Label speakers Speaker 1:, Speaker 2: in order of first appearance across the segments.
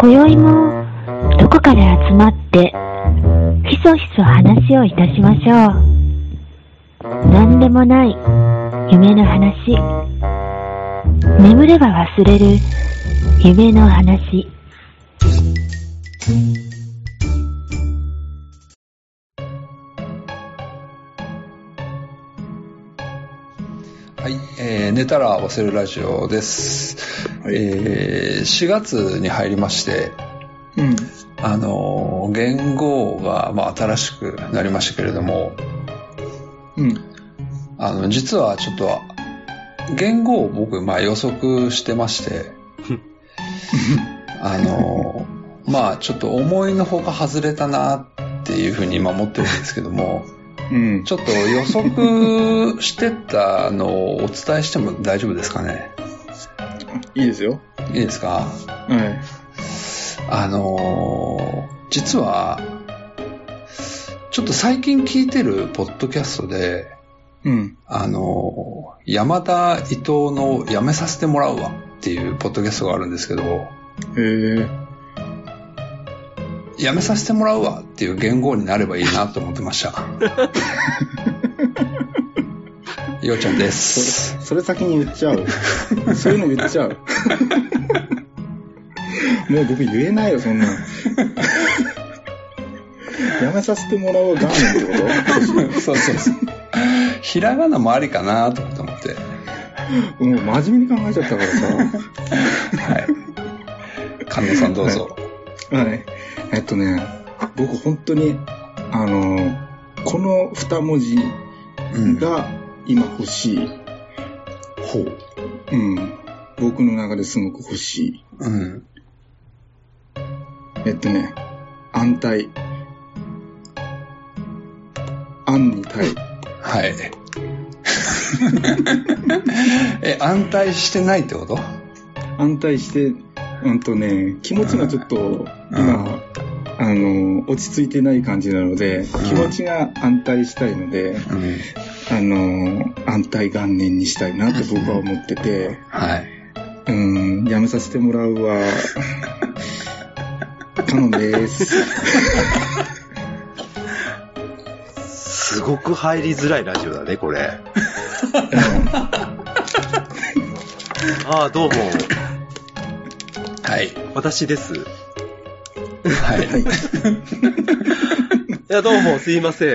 Speaker 1: 今宵もどこかで集まってひそひそ話をいたしましょう何でもない夢の話眠れば忘れる夢の話
Speaker 2: はい、えー寝たら忘れるラジオです。えー4月に入りまして、
Speaker 3: うん。
Speaker 2: あのー元号が、まあ、新しくなりましたけれども、
Speaker 3: うん。
Speaker 2: あの、実はちょっと、元号を僕、まあ、予測してまして、あのーまあ、ちょっと思いのほか外れたなっていうふうに今思ってるんですけども、
Speaker 3: うん。
Speaker 2: ちょっと予測してたのをお伝えしても大丈夫ですかね
Speaker 3: いいですよ。
Speaker 2: いいですか
Speaker 3: はい。
Speaker 2: あのー実は、ちょっと最近聞いてるポッドキャストで、
Speaker 3: うん。
Speaker 2: あのー山田伊藤のやめさせてもらうわっていうポッドキャストがあるんですけど、
Speaker 3: へえ。
Speaker 2: やめさせてもらうわっていう言語になればいいなと思ってま した。ようちゃんです。
Speaker 3: それ先に言っちゃ う。そういうの言っ ちゃう。もう僕言えないよ、そん なん。やめさせてもらおう元年ってこ
Speaker 2: そうそうそう。 ひらがなもありかなと思って。
Speaker 3: ともう真面目に考えちゃったからさ。
Speaker 2: はい。神野さんどうぞ。
Speaker 3: はい。えっとね、僕本当に、あの、この二文字
Speaker 2: うん。
Speaker 3: が今欲しい。
Speaker 2: ほう。
Speaker 3: うん。僕の中ですごく欲しい。
Speaker 2: うん。
Speaker 3: えっとね、安泰。安に対。
Speaker 2: はい。 え、安泰してないってこと
Speaker 3: 安泰して、うんとね、気持ちがちょっと、今、あの、落ち着いてない感じなので、気持ちが安泰したいので、
Speaker 2: うん。
Speaker 3: あの、安泰元年にしたいなって僕は思ってて、
Speaker 2: はい。
Speaker 3: うん、やめさせてもらうわ。カノンです。
Speaker 4: すごく入りづらいラジオだね、こ れ。
Speaker 3: うん
Speaker 4: ああ、どうも。
Speaker 2: はい。
Speaker 4: 私です。い
Speaker 2: はい。
Speaker 3: はい。
Speaker 4: や、どうも、すいません。
Speaker 2: い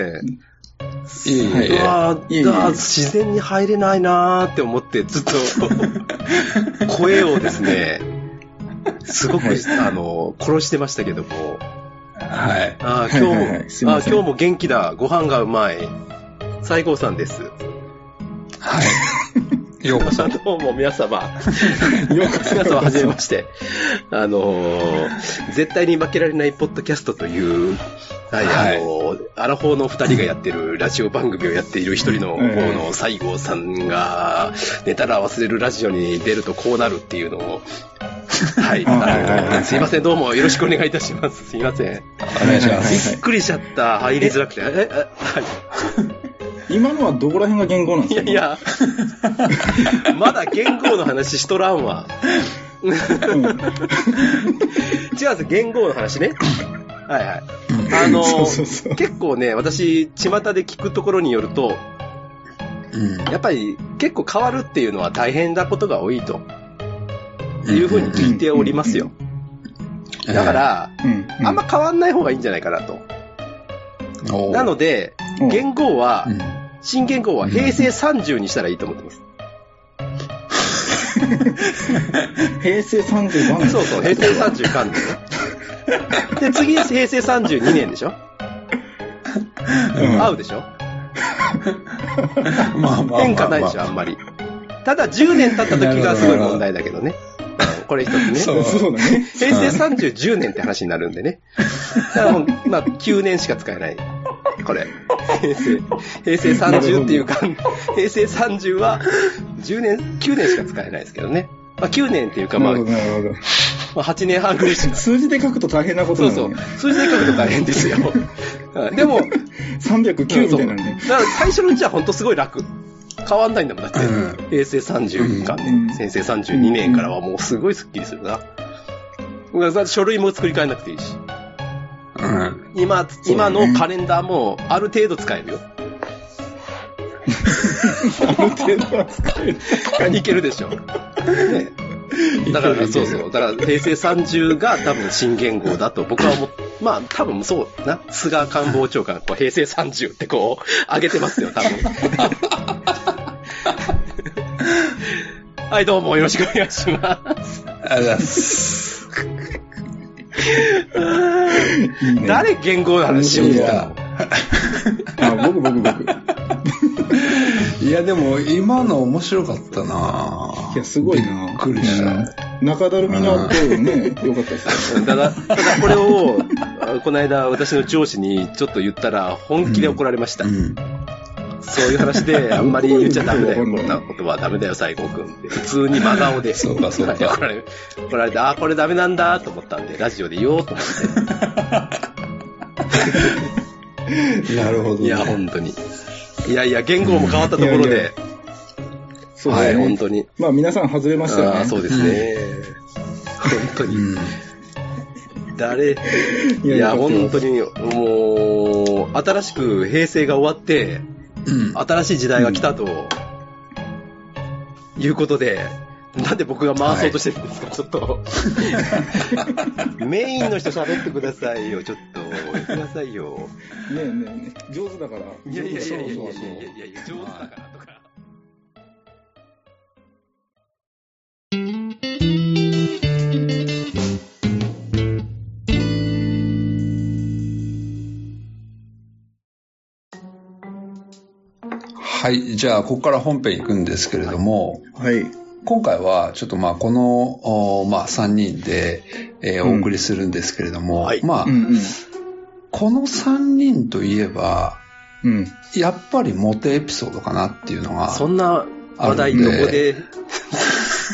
Speaker 2: えいえいえ
Speaker 4: うわー
Speaker 3: いえいえ
Speaker 4: だー自然に入れないなーって思って、ずっと、 声をですね、すごく、
Speaker 3: はい
Speaker 4: あの、殺してましたけども、
Speaker 2: はい。
Speaker 4: ああ、
Speaker 3: はい
Speaker 4: 今日も、
Speaker 3: はいはいすいま
Speaker 4: ああ、
Speaker 3: せん
Speaker 4: 今日も元気だ、ご飯がうまい、西郷さんです。
Speaker 2: はい。ようこそ。
Speaker 4: どうも皆様。
Speaker 3: よ うこそ
Speaker 4: 皆様、はじめまして。あのー絶対に負けられないポッドキャストという、はい、
Speaker 2: はい
Speaker 4: あのーアラフォーの二人がやってるラジオ番組をやっている一人の
Speaker 3: うん
Speaker 4: 方の西郷さんが、寝たら忘れるラジオに出るとこうなるっていうのを、は
Speaker 3: はい
Speaker 4: い、
Speaker 3: はいはいはい
Speaker 4: あのすいません、どうもよろしくお願いいたします。すいません。
Speaker 2: お願いしま
Speaker 3: はい
Speaker 2: す。
Speaker 3: は
Speaker 4: びっくりしちゃった、入りづらくて。え、え、はい。
Speaker 3: 今のはどこら辺が言語なんで
Speaker 4: い
Speaker 3: すか
Speaker 4: やい や、まだ元号の話しとらんわ。
Speaker 3: うん
Speaker 4: 違うんですよ、元号の話ね。はいはい。あ のー
Speaker 3: そうそうそう。
Speaker 4: 結構ね、私、巷で聞くところによると、
Speaker 2: うん
Speaker 4: やっぱり結構変わるっていうのは大変なことが多いというふうに聞いておりますよ。だか、ら、
Speaker 3: うん。
Speaker 4: あんま変わんない方がいいんじゃないかなと。なので、
Speaker 3: うん、
Speaker 4: 元号は、
Speaker 2: で、
Speaker 4: 新元号は平成30にしたらいいと思ってます。
Speaker 3: 平成35年。
Speaker 4: そうそう、平成30関連。で、次、平成32年でしょ
Speaker 3: うん
Speaker 4: 合うでしょ
Speaker 2: まあまあ。
Speaker 4: 変化ないでしょ、あんまり。ただ、10年経った時がすごい問題だけどね。うん これ一つね。
Speaker 2: そう
Speaker 3: そうだね。
Speaker 4: 平成30、10年って話になるんで ね。だからもう、まあ、9年しか使えない。これ。平成。平成30っていうか、平成30は、10年、9年しか使えないですけどね。まあ、9年っていうか、まあ、
Speaker 3: なるほ
Speaker 4: ま
Speaker 3: ど、なるほ
Speaker 4: あ8年半ぐらいし
Speaker 3: ど。
Speaker 4: か。
Speaker 3: 数字で書くと大変なこと
Speaker 4: そう
Speaker 3: な
Speaker 4: そ
Speaker 3: の
Speaker 4: う
Speaker 3: ね。。
Speaker 4: 数字で書くと大変 ですよ。うんでも、
Speaker 3: 309みたいなね。
Speaker 4: そうだから最初のうちは本当すごい楽。変わんないんだもん、だって。
Speaker 2: うん
Speaker 4: 平成30か
Speaker 3: うん
Speaker 4: ね、平成32年からはもうすごいスッキリするな。まあそれ書類も作り変えなくていいし。
Speaker 2: うん。
Speaker 4: 今、今のカレンダーもある程度使えるよ。
Speaker 3: ある程度は使える。
Speaker 4: いけるでしょ。ねだか
Speaker 3: いける
Speaker 4: ら、
Speaker 3: いけ
Speaker 4: そう
Speaker 3: る
Speaker 4: そう。だから、平成30が多分新元号だと僕は思っまあ、多分そうな。菅官房長官、こう平成30ってこう、上げてますよ、多分。はい、どうもよろしくお願いします。
Speaker 2: ありがとうございます。
Speaker 3: いいね
Speaker 4: 誰元号の話を
Speaker 3: い
Speaker 4: し
Speaker 2: い
Speaker 4: た
Speaker 2: や
Speaker 4: の、
Speaker 3: あ、僕僕僕。い
Speaker 2: いやでも今の面白かったなぁ
Speaker 3: や、すごいな。
Speaker 2: びっくりした
Speaker 3: うん中だるみのとね、よかったです
Speaker 4: ただ、ただこれを、あこの間私の上司にちょっと言ったら本気で怒られました。
Speaker 2: うん。
Speaker 4: そういう話で、あんまり言っちゃダメだよ、こんなことはダメだよ、西郷くんって。普通に真顔で。
Speaker 2: そうかそうか
Speaker 4: はい怒られ、怒られて、あー、これダメなんだと思ったんで、ラジオで言おうと思っ
Speaker 2: なるほど、
Speaker 4: て。いや、本当に。いやいや、言語も変わったところ
Speaker 3: いやいや
Speaker 4: で、
Speaker 3: そう
Speaker 4: は
Speaker 3: で
Speaker 4: い、
Speaker 3: す
Speaker 4: 本
Speaker 3: ね。
Speaker 4: 当に。
Speaker 3: まあ皆さん外れましたよ
Speaker 4: あ
Speaker 3: ね
Speaker 4: ー。そうです ね。本当
Speaker 2: う
Speaker 4: に。
Speaker 2: ん。
Speaker 4: 誰、いや、本当に、もう、新しく平成が終わって、
Speaker 2: うん。
Speaker 4: 新しい時代が来たと、いうことで、なんで僕が回そうとしてるんですか、ちょっ と。メインの人喋ってくださいよ、ちょっと。やってくださいよ。
Speaker 3: ねえねえねえ上手だから。
Speaker 4: いやいやいやいやい
Speaker 2: そうそうそう
Speaker 4: やいやいや、上手だからとか。
Speaker 2: はい。じゃあ、ここから本編行くんですけれども、
Speaker 3: はい。
Speaker 2: 今回は、ちょっとまあ、この、おまあ、3人で、えー
Speaker 3: うん
Speaker 2: お送りするんですけれども、
Speaker 4: はい
Speaker 2: まあ、
Speaker 3: うん
Speaker 2: この3人といえば、
Speaker 3: うん。うん。
Speaker 2: やっぱりモテエピソードかなっていうのが、
Speaker 4: そんな話題どこで、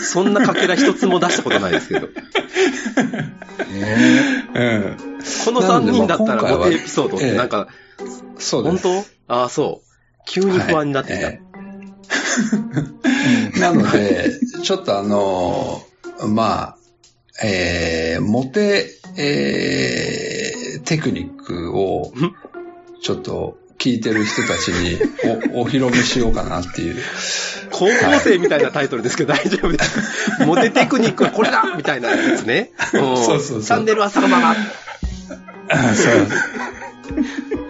Speaker 4: そんなかけら一つも出したことないですけど。こ
Speaker 3: ね
Speaker 2: うん、
Speaker 4: の3人だったら、モテエピソードってなんか、
Speaker 2: そうで
Speaker 4: 本
Speaker 2: す。
Speaker 4: 当ああ、そう。急に不安になってきた
Speaker 2: はい。えーなので、 ちょっとあのーまあ、えー、モテ、えー、テクニックを
Speaker 4: ん、
Speaker 2: ちょっと聞いてる人たちにおお披露目しようかなって いう。
Speaker 4: 高校生みたいなタイトルですけど大丈夫ですか。モテテクニックはこれだみたいなやつね。ん
Speaker 2: そうそうそう
Speaker 4: チャンネルはそのまま。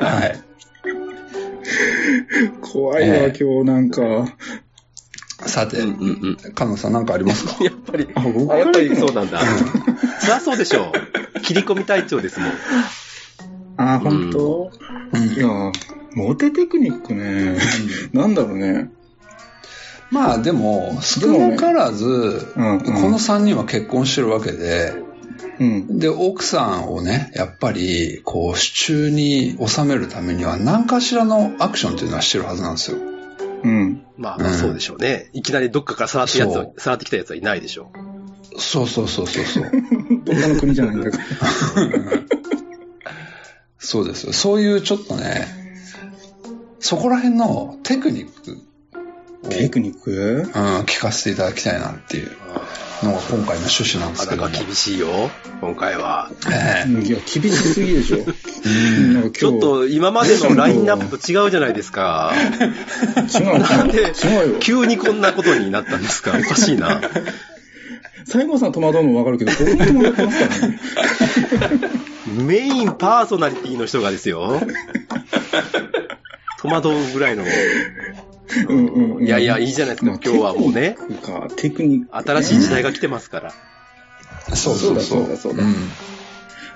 Speaker 2: はい。
Speaker 3: え怖いわ、
Speaker 2: ええ
Speaker 3: 今日なんか。
Speaker 2: さて、
Speaker 4: うんうん
Speaker 2: カノさん何かありますか
Speaker 4: うん。やっぱり、
Speaker 3: あ、僕か
Speaker 4: あやっ
Speaker 3: ら
Speaker 4: ぱ
Speaker 3: 行
Speaker 4: り
Speaker 3: くの
Speaker 4: そうなんだ。そりゃそうでしょう。切り込み隊長ですもん。
Speaker 3: あ、本当、
Speaker 2: うん
Speaker 3: いや、モテテクニックね。なんだろうね。
Speaker 2: まあでも、少なからず、
Speaker 3: うんうん
Speaker 2: この3人は結婚してるわけで、
Speaker 3: うん。
Speaker 2: で、奥さんをね、やっぱり、こう、手中に収めるためには、何かしらのアクションっていうのはしてるはずなんですよ。
Speaker 3: うん。
Speaker 4: まあまあそうでしょうね。いきなりどっかからさらってやつ
Speaker 2: そ
Speaker 4: を
Speaker 2: う、
Speaker 4: さらってきたやつはいないでしょう。
Speaker 2: そうそうそうそうそう。
Speaker 3: どっかの国じゃないんだから。
Speaker 2: そうですよ。そういうちょっとね、そこら辺のテクニックを、
Speaker 3: テクニック
Speaker 2: うん、聞かせていただきたいなっていうのが今回の趣旨なんで
Speaker 4: な
Speaker 2: す
Speaker 4: か
Speaker 2: けど
Speaker 4: なか
Speaker 2: も。
Speaker 4: 厳しいよ、今回は。
Speaker 2: え
Speaker 3: うんいや、厳しすぎでしょ。なんか今日
Speaker 4: ちょっと今までのラインナップと違うじゃないで すか。
Speaker 3: 違う
Speaker 4: なん
Speaker 3: 違
Speaker 4: で
Speaker 3: う違うよ。
Speaker 4: 急にこんなことになったんですかおかしいな。
Speaker 3: 西郷さん戸惑うのもわかるけど、僕も戸惑ってますからね。
Speaker 4: メインパーソナリティの人がで すよ。戸惑うぐらいの。
Speaker 3: うんうんうん。
Speaker 4: いやいや、いいじゃないですか、
Speaker 3: まあ
Speaker 4: 今日はもう
Speaker 3: テ
Speaker 4: ね。
Speaker 3: クニックか、テクニック。
Speaker 4: 新しい時代が来てますから。
Speaker 2: えそうそうそう。
Speaker 3: そうだそうだそうだ
Speaker 2: う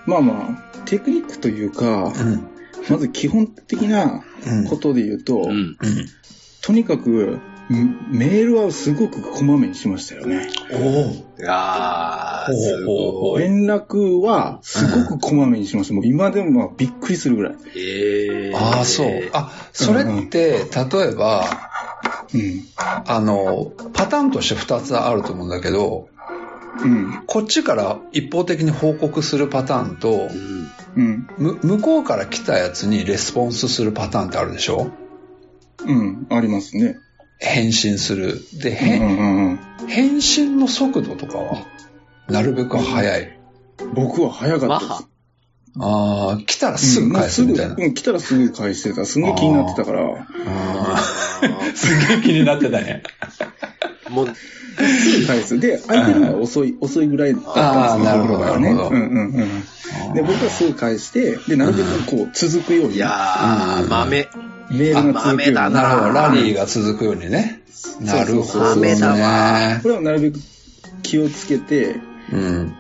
Speaker 3: まあまあ、テクニックというか、
Speaker 2: ん。うん。
Speaker 3: まず基本的な
Speaker 2: うん。
Speaker 3: ことで言うと、
Speaker 4: うん。
Speaker 2: うん。
Speaker 3: とにかく、んメールはすごくこまめにしましたよね。
Speaker 2: おー
Speaker 4: あー、す
Speaker 2: ほ
Speaker 4: ごい。
Speaker 3: 連絡はすごくこまめにしました。もう今でもまあびっくりするぐらい。
Speaker 4: えー。
Speaker 2: ああ、そう。あ、それって、例えば、
Speaker 3: うん。
Speaker 2: あの、パターンとして2つあると思うんだけど、
Speaker 3: うん。
Speaker 2: こっちから一方的に報告するパターンと
Speaker 4: う、ん。
Speaker 3: うん。
Speaker 2: む向こうから来たやつにレスポンスするパターンってあるでしょ
Speaker 3: うん。ありますね。
Speaker 2: 返信する。で、
Speaker 3: うんう
Speaker 2: へ
Speaker 3: んうん。
Speaker 2: 返信の速度とかは、なるべく早い。
Speaker 3: 僕は早か
Speaker 4: マ
Speaker 3: ったで
Speaker 4: ハ
Speaker 3: す。。
Speaker 2: ああ、来たらすぐ返すみたいな。
Speaker 3: うんもうすぐうん、来たらすぐ返してた。すごい気になってたから。
Speaker 2: あーすげえ気になってたね。
Speaker 4: もう、
Speaker 3: すぐ返す。で、相手の方が遅い、遅いぐらいだったんですよ。
Speaker 2: あーなるほど
Speaker 3: 僕らはね
Speaker 2: なるほど
Speaker 3: うんうんうん。で、僕はすぐ返して、で、なるべくこう、続くように。
Speaker 4: いや
Speaker 2: う
Speaker 4: ー、
Speaker 2: ん
Speaker 4: 豆。
Speaker 3: メールが続くように
Speaker 4: あ豆 だな
Speaker 2: なるほど、ラリーが続くようにね。なるほど、
Speaker 4: ダメ
Speaker 2: ね。
Speaker 4: だわ
Speaker 3: これはなるべく気をつけて、
Speaker 2: うん。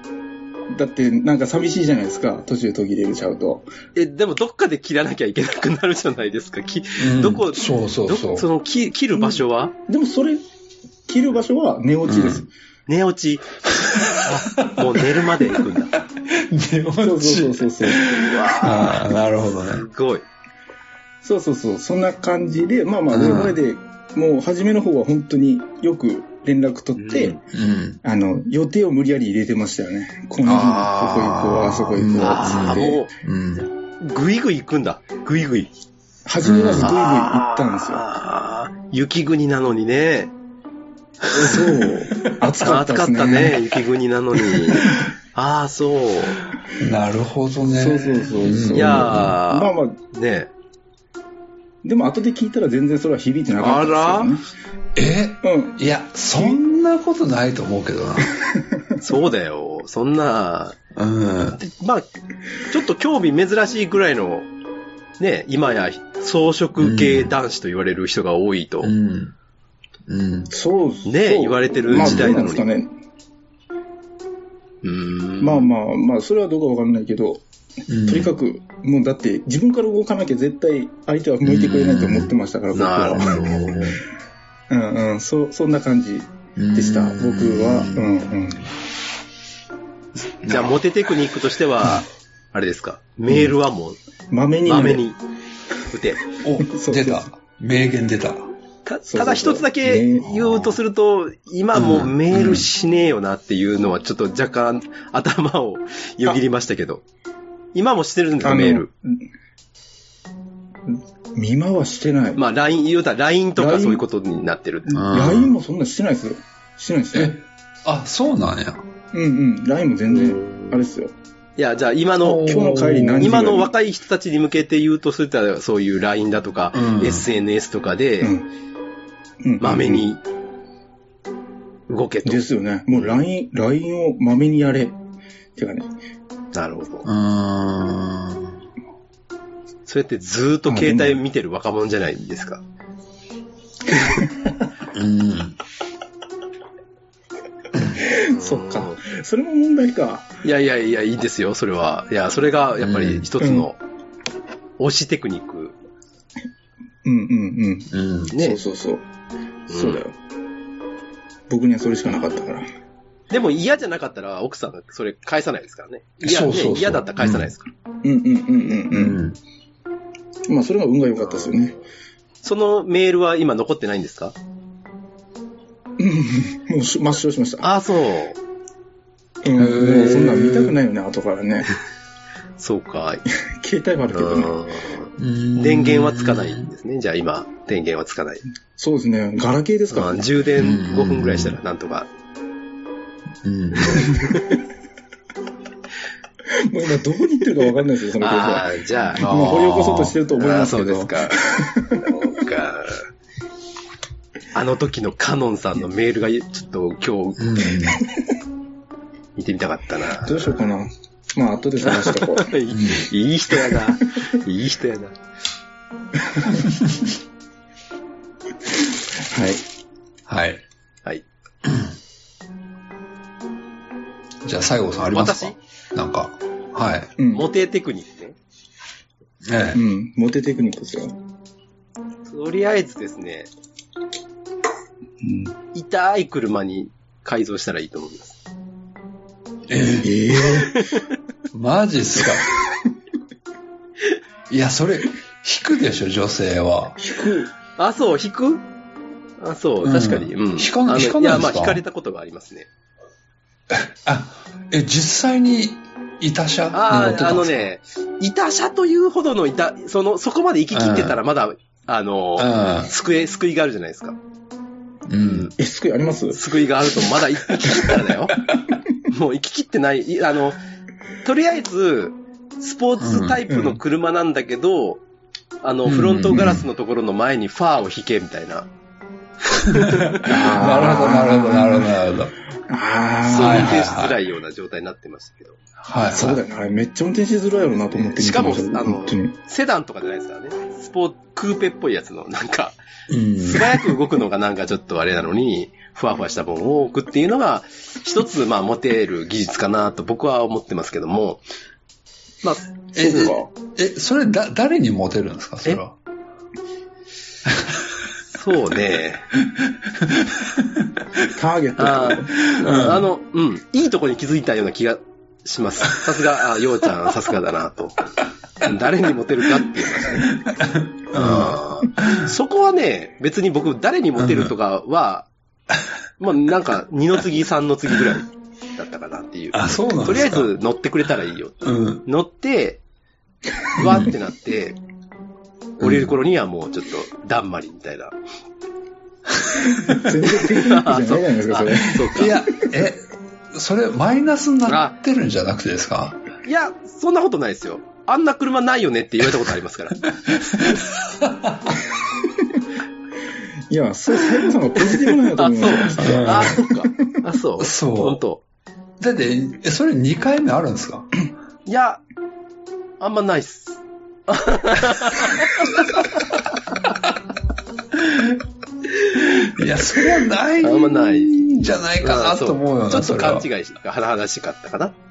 Speaker 3: だってなんか寂しいじゃないですか、途中途切れちゃうと。
Speaker 4: え、でもどっかで切らなきゃいけなくなるじゃないですか。き
Speaker 2: うん
Speaker 4: どこ
Speaker 2: そうそう
Speaker 4: ど
Speaker 2: そう。
Speaker 4: その切切る場所は、
Speaker 3: でもそれ、切る場所は寝落ちです。
Speaker 4: 寝落ち。あもう寝るまで行くんだ。
Speaker 2: 出
Speaker 3: そ
Speaker 2: 落
Speaker 3: うそう
Speaker 2: ち。
Speaker 3: そうそう。
Speaker 2: ああ、なるほど
Speaker 4: す
Speaker 2: ね。
Speaker 4: ごい。
Speaker 3: そうそうそう、そんな感じで、まあまあ、これまで、もう初めの方は本当によく連絡取って、
Speaker 4: うん
Speaker 2: うん。
Speaker 3: あの、予定を無理やり入れてましたよね。この日に、ここ行こう、
Speaker 2: あー
Speaker 3: あそこ行こう、
Speaker 4: あ
Speaker 3: っつ
Speaker 4: あ、
Speaker 3: って
Speaker 4: も。
Speaker 2: うん。
Speaker 4: う、ぐいぐい行くんだ。ぐいぐい。
Speaker 3: 初めはぐいぐい行
Speaker 4: あ
Speaker 3: ったんですよ。
Speaker 4: ー雪国なのにね。
Speaker 3: そう。暑かった
Speaker 4: 暑
Speaker 3: で
Speaker 4: かっ
Speaker 3: す
Speaker 4: た
Speaker 3: ね
Speaker 4: ね。。雪国 なのに。ああ、そう。
Speaker 2: なるほどね。
Speaker 3: そうそうそうそう。
Speaker 4: いやー
Speaker 3: まあまあ、
Speaker 4: ね
Speaker 3: でも後で聞いたら全然それは響いてなかったんです
Speaker 2: え
Speaker 3: けどね。
Speaker 2: いや、そんなことないと思うけどな。
Speaker 4: え、そうだよ。そんな、
Speaker 2: うん。
Speaker 4: でまあ、ちょっと興味珍しいぐらいの、ね、今や装飾系男子と言われる人が多いと。
Speaker 2: うん。うん。
Speaker 3: うん。そう
Speaker 4: ね
Speaker 3: そう
Speaker 4: 言われてる時代なのに
Speaker 3: まあどうなんですかね。
Speaker 4: うーん
Speaker 3: まあまあまあ、それはどうかわかんないけど、
Speaker 2: うん
Speaker 3: とにかく、もうだって自分から動かなきゃ絶対相手は向いてくれないと思ってましたから、僕
Speaker 4: なる
Speaker 3: は。
Speaker 4: ほど。
Speaker 3: うんうん、そ、そんな感じでした、僕は。うんうん。
Speaker 4: じゃあ、モテテクニックとしては、あれですか、メールはもう、
Speaker 3: まめにな
Speaker 4: ま
Speaker 3: れ
Speaker 4: めに打て。
Speaker 2: お、
Speaker 3: そう
Speaker 2: 出た。名言出た。
Speaker 4: た
Speaker 3: そう
Speaker 4: ただ一つだけ
Speaker 3: ね
Speaker 4: 言うとすると、今もうメールしねえよなっていうのはちょっと若干頭をよぎりましたけど。今もしてるんです
Speaker 3: あ
Speaker 4: か、
Speaker 3: の
Speaker 4: メール。。
Speaker 3: 見回はしてない。
Speaker 4: まあ、LINE、言うたら LINE とか
Speaker 3: LINE
Speaker 4: そういうことになってる。
Speaker 3: LINE もそんなしてないですよ。してないですね
Speaker 2: え。、あ、そうなんや。
Speaker 3: うんうん。LINE も全然、あれですよ。
Speaker 4: いや、じゃあ今の、
Speaker 3: 今日の帰り何時
Speaker 4: 今の若い人たちに向けて言うとすると、そういう LINE だとか、
Speaker 2: うん
Speaker 4: SNS とかで、
Speaker 3: うん
Speaker 4: まめ。に動けと。
Speaker 3: ですよね。もう LINE、LINE をまめにやれ。てかね。
Speaker 4: なるほど
Speaker 2: う。ーん。
Speaker 4: そうやってずーっと携帯見てる若者じゃないんですか。
Speaker 2: うん。
Speaker 3: そっか。それも問題か。
Speaker 4: いやいやいや、いいですよ、それは。いや、それがやっぱり一つの推しテクニック。
Speaker 3: うんうん
Speaker 2: うん。
Speaker 3: うん。
Speaker 4: ね
Speaker 3: そうそうそう。そうだよ。僕にはそれしかなかったから。
Speaker 4: でも嫌じゃなかったら奥さんがそれ返さないですからね。いや
Speaker 2: そうそうそう
Speaker 4: ね嫌だったら返さないですから。
Speaker 3: うんうんうんう
Speaker 2: うんん。
Speaker 3: うん。まあそれが運が良かったですよね。
Speaker 4: そのメールは今残ってないんですか
Speaker 3: うんもうし抹消しました。
Speaker 4: ああ、そう。
Speaker 3: うん、
Speaker 2: へー
Speaker 3: もうそんなん見たくないよね、後からね。
Speaker 4: そうか。
Speaker 3: 携帯はあるけどね。
Speaker 2: う
Speaker 4: う
Speaker 2: ん
Speaker 4: ん電源はつかないんですね。じゃあ今、電源はつかない。
Speaker 3: そうですね。ガラケーですから
Speaker 4: うん
Speaker 3: ね。
Speaker 4: 充電5分ぐらいしたらなんとか。
Speaker 2: うん。
Speaker 3: もう今どこに行ってるか分かんないですよ、そ の携
Speaker 4: あ
Speaker 3: 帯。
Speaker 4: あ、じゃあ。
Speaker 3: 今掘り起こそうとしてると思いますけど。
Speaker 4: あそうですか。そうか。あの時のカノンさんのメールが、ちょっと今日
Speaker 2: うん。
Speaker 4: 見てみたかったな。
Speaker 3: どうしようかな。まあ後で探してこう。
Speaker 4: いいいい人やな。いい人やな。
Speaker 3: はい。
Speaker 2: はい。
Speaker 4: はい。
Speaker 2: じゃあ、西郷さんありますかなんか。はい。
Speaker 3: うん。
Speaker 4: モテテクニックね。
Speaker 2: ええ。
Speaker 3: うん。モテテクニックですよ。う
Speaker 4: とりあえずですね、
Speaker 3: ん、
Speaker 4: 痛い車に改造したらいいと思います。
Speaker 2: ええ
Speaker 3: ええ
Speaker 2: マジっ すか。いや、それ、引くでしょ、女性は。
Speaker 3: 低い。
Speaker 4: あ、そう、引くあ、そう、確かに。
Speaker 2: うん
Speaker 4: うん。
Speaker 2: 引かな
Speaker 4: あ
Speaker 2: 引かないん
Speaker 4: の
Speaker 2: ですか
Speaker 4: や、まあ、引かれたことがありますね。
Speaker 2: あ、え、実際に、いた車に乗
Speaker 4: あ
Speaker 2: って
Speaker 4: あ、
Speaker 2: た
Speaker 4: あ
Speaker 2: んで
Speaker 4: の
Speaker 2: すか
Speaker 4: ね、痛車というほどの痛、その、そこまで行き切ってたらまだ、あの、救い、救いがあるじゃないですか。
Speaker 2: うん。うん。
Speaker 3: え、救いありま す
Speaker 4: 救いがあるとまだ行き切ったらだよ。もう行き切ってない、いあの、とりあえず、スポーツタイプの車なんだけど、あの、
Speaker 2: うん
Speaker 4: フロントガラスのところの前にファーを引けみたいな、
Speaker 2: なるほど、なるほど、なるほど、なるほど。
Speaker 3: あ
Speaker 4: そう
Speaker 3: あ、
Speaker 4: 運転しづらいような状態になってましたけど。
Speaker 2: はい、はい。
Speaker 3: そうだよね。あれめっちゃ運転しづらいやろうなと思って見
Speaker 4: してか
Speaker 3: ま
Speaker 4: も、
Speaker 3: した
Speaker 4: あの
Speaker 3: 本当に。、
Speaker 4: セダンとかじゃないですからね。スポーツ、クーペっぽいやつの、なんか、
Speaker 2: うん。
Speaker 4: 素早く動くのがなんかちょっとあれなのに、ふわふわした盆を置くっていうのが、一つ、まあ、持てる技術かなと僕は思ってますけども、まあ、
Speaker 2: え、
Speaker 3: そう
Speaker 2: え
Speaker 3: か。
Speaker 2: え、それだ、誰にモテるんですか、それは。
Speaker 4: そうね。
Speaker 3: ターゲット
Speaker 4: あ
Speaker 3: だ
Speaker 4: ーあの、うん、いいとこに気づいたような気がします。さすが、あようちゃん、さすがだなと。誰にモテるかっていう話ね。あーそこはね、別に僕、誰にモテるとかは、まあ、なんか、二の次、三の次ぐらいだったかなっていう。
Speaker 2: あ、そうなんですか。
Speaker 4: とりあえず、乗ってくれたらいいよ。
Speaker 2: うん。
Speaker 4: 乗って、わーってなって、降りる頃にはもうちょっと、だんまりみたいな。
Speaker 3: 全然テクニックじゃないじゃないですか、 それ。
Speaker 4: そうか。
Speaker 2: いや、え、それ、マイナスになってるんじゃなくてですか
Speaker 4: いや、そんなことないですよ。あんな車ないよねって言われたことあります から。
Speaker 3: いや、そう、サイコさんがポジティブなんやと思うよ。
Speaker 4: あ
Speaker 2: う
Speaker 4: あ、そっか。あ、そう。
Speaker 2: そう
Speaker 4: 本当。
Speaker 2: だって、えそれ2回目あるんですか
Speaker 4: いや、あんまないっす。
Speaker 2: いや、それはない
Speaker 4: あんまない
Speaker 2: んじゃないかな
Speaker 4: そ
Speaker 2: と思うよな、
Speaker 4: ちょっ
Speaker 2: そ
Speaker 4: と
Speaker 2: れは
Speaker 4: 勘違いした、はしかったかな。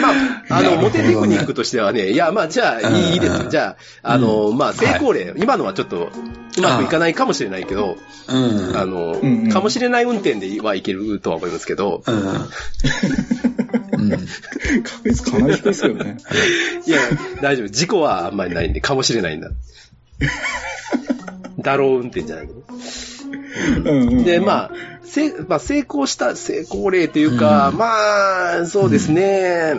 Speaker 4: まあ、あ
Speaker 2: な
Speaker 4: の、
Speaker 2: るほどね
Speaker 4: モテテクニックとしてはね、いや、まあ、じゃあ、いいです。じゃあ、あの、まあ、成功例、今のはちょっと、うまくいかないかもしれないけど、
Speaker 2: うん。
Speaker 4: あの、
Speaker 3: んうん
Speaker 4: かもしれない運転ではいけるとは思いますけ ど、
Speaker 2: うん。うん。
Speaker 3: 確率かなり低いですけどね。
Speaker 4: いや、大丈夫。事故はあんまりないんで、かもしれな いんだ。だろう運転じゃないけど。
Speaker 3: うんうん。
Speaker 4: で、まあ、せまあ、成功した、成功例というか、
Speaker 2: うん
Speaker 4: まあ、そうですね。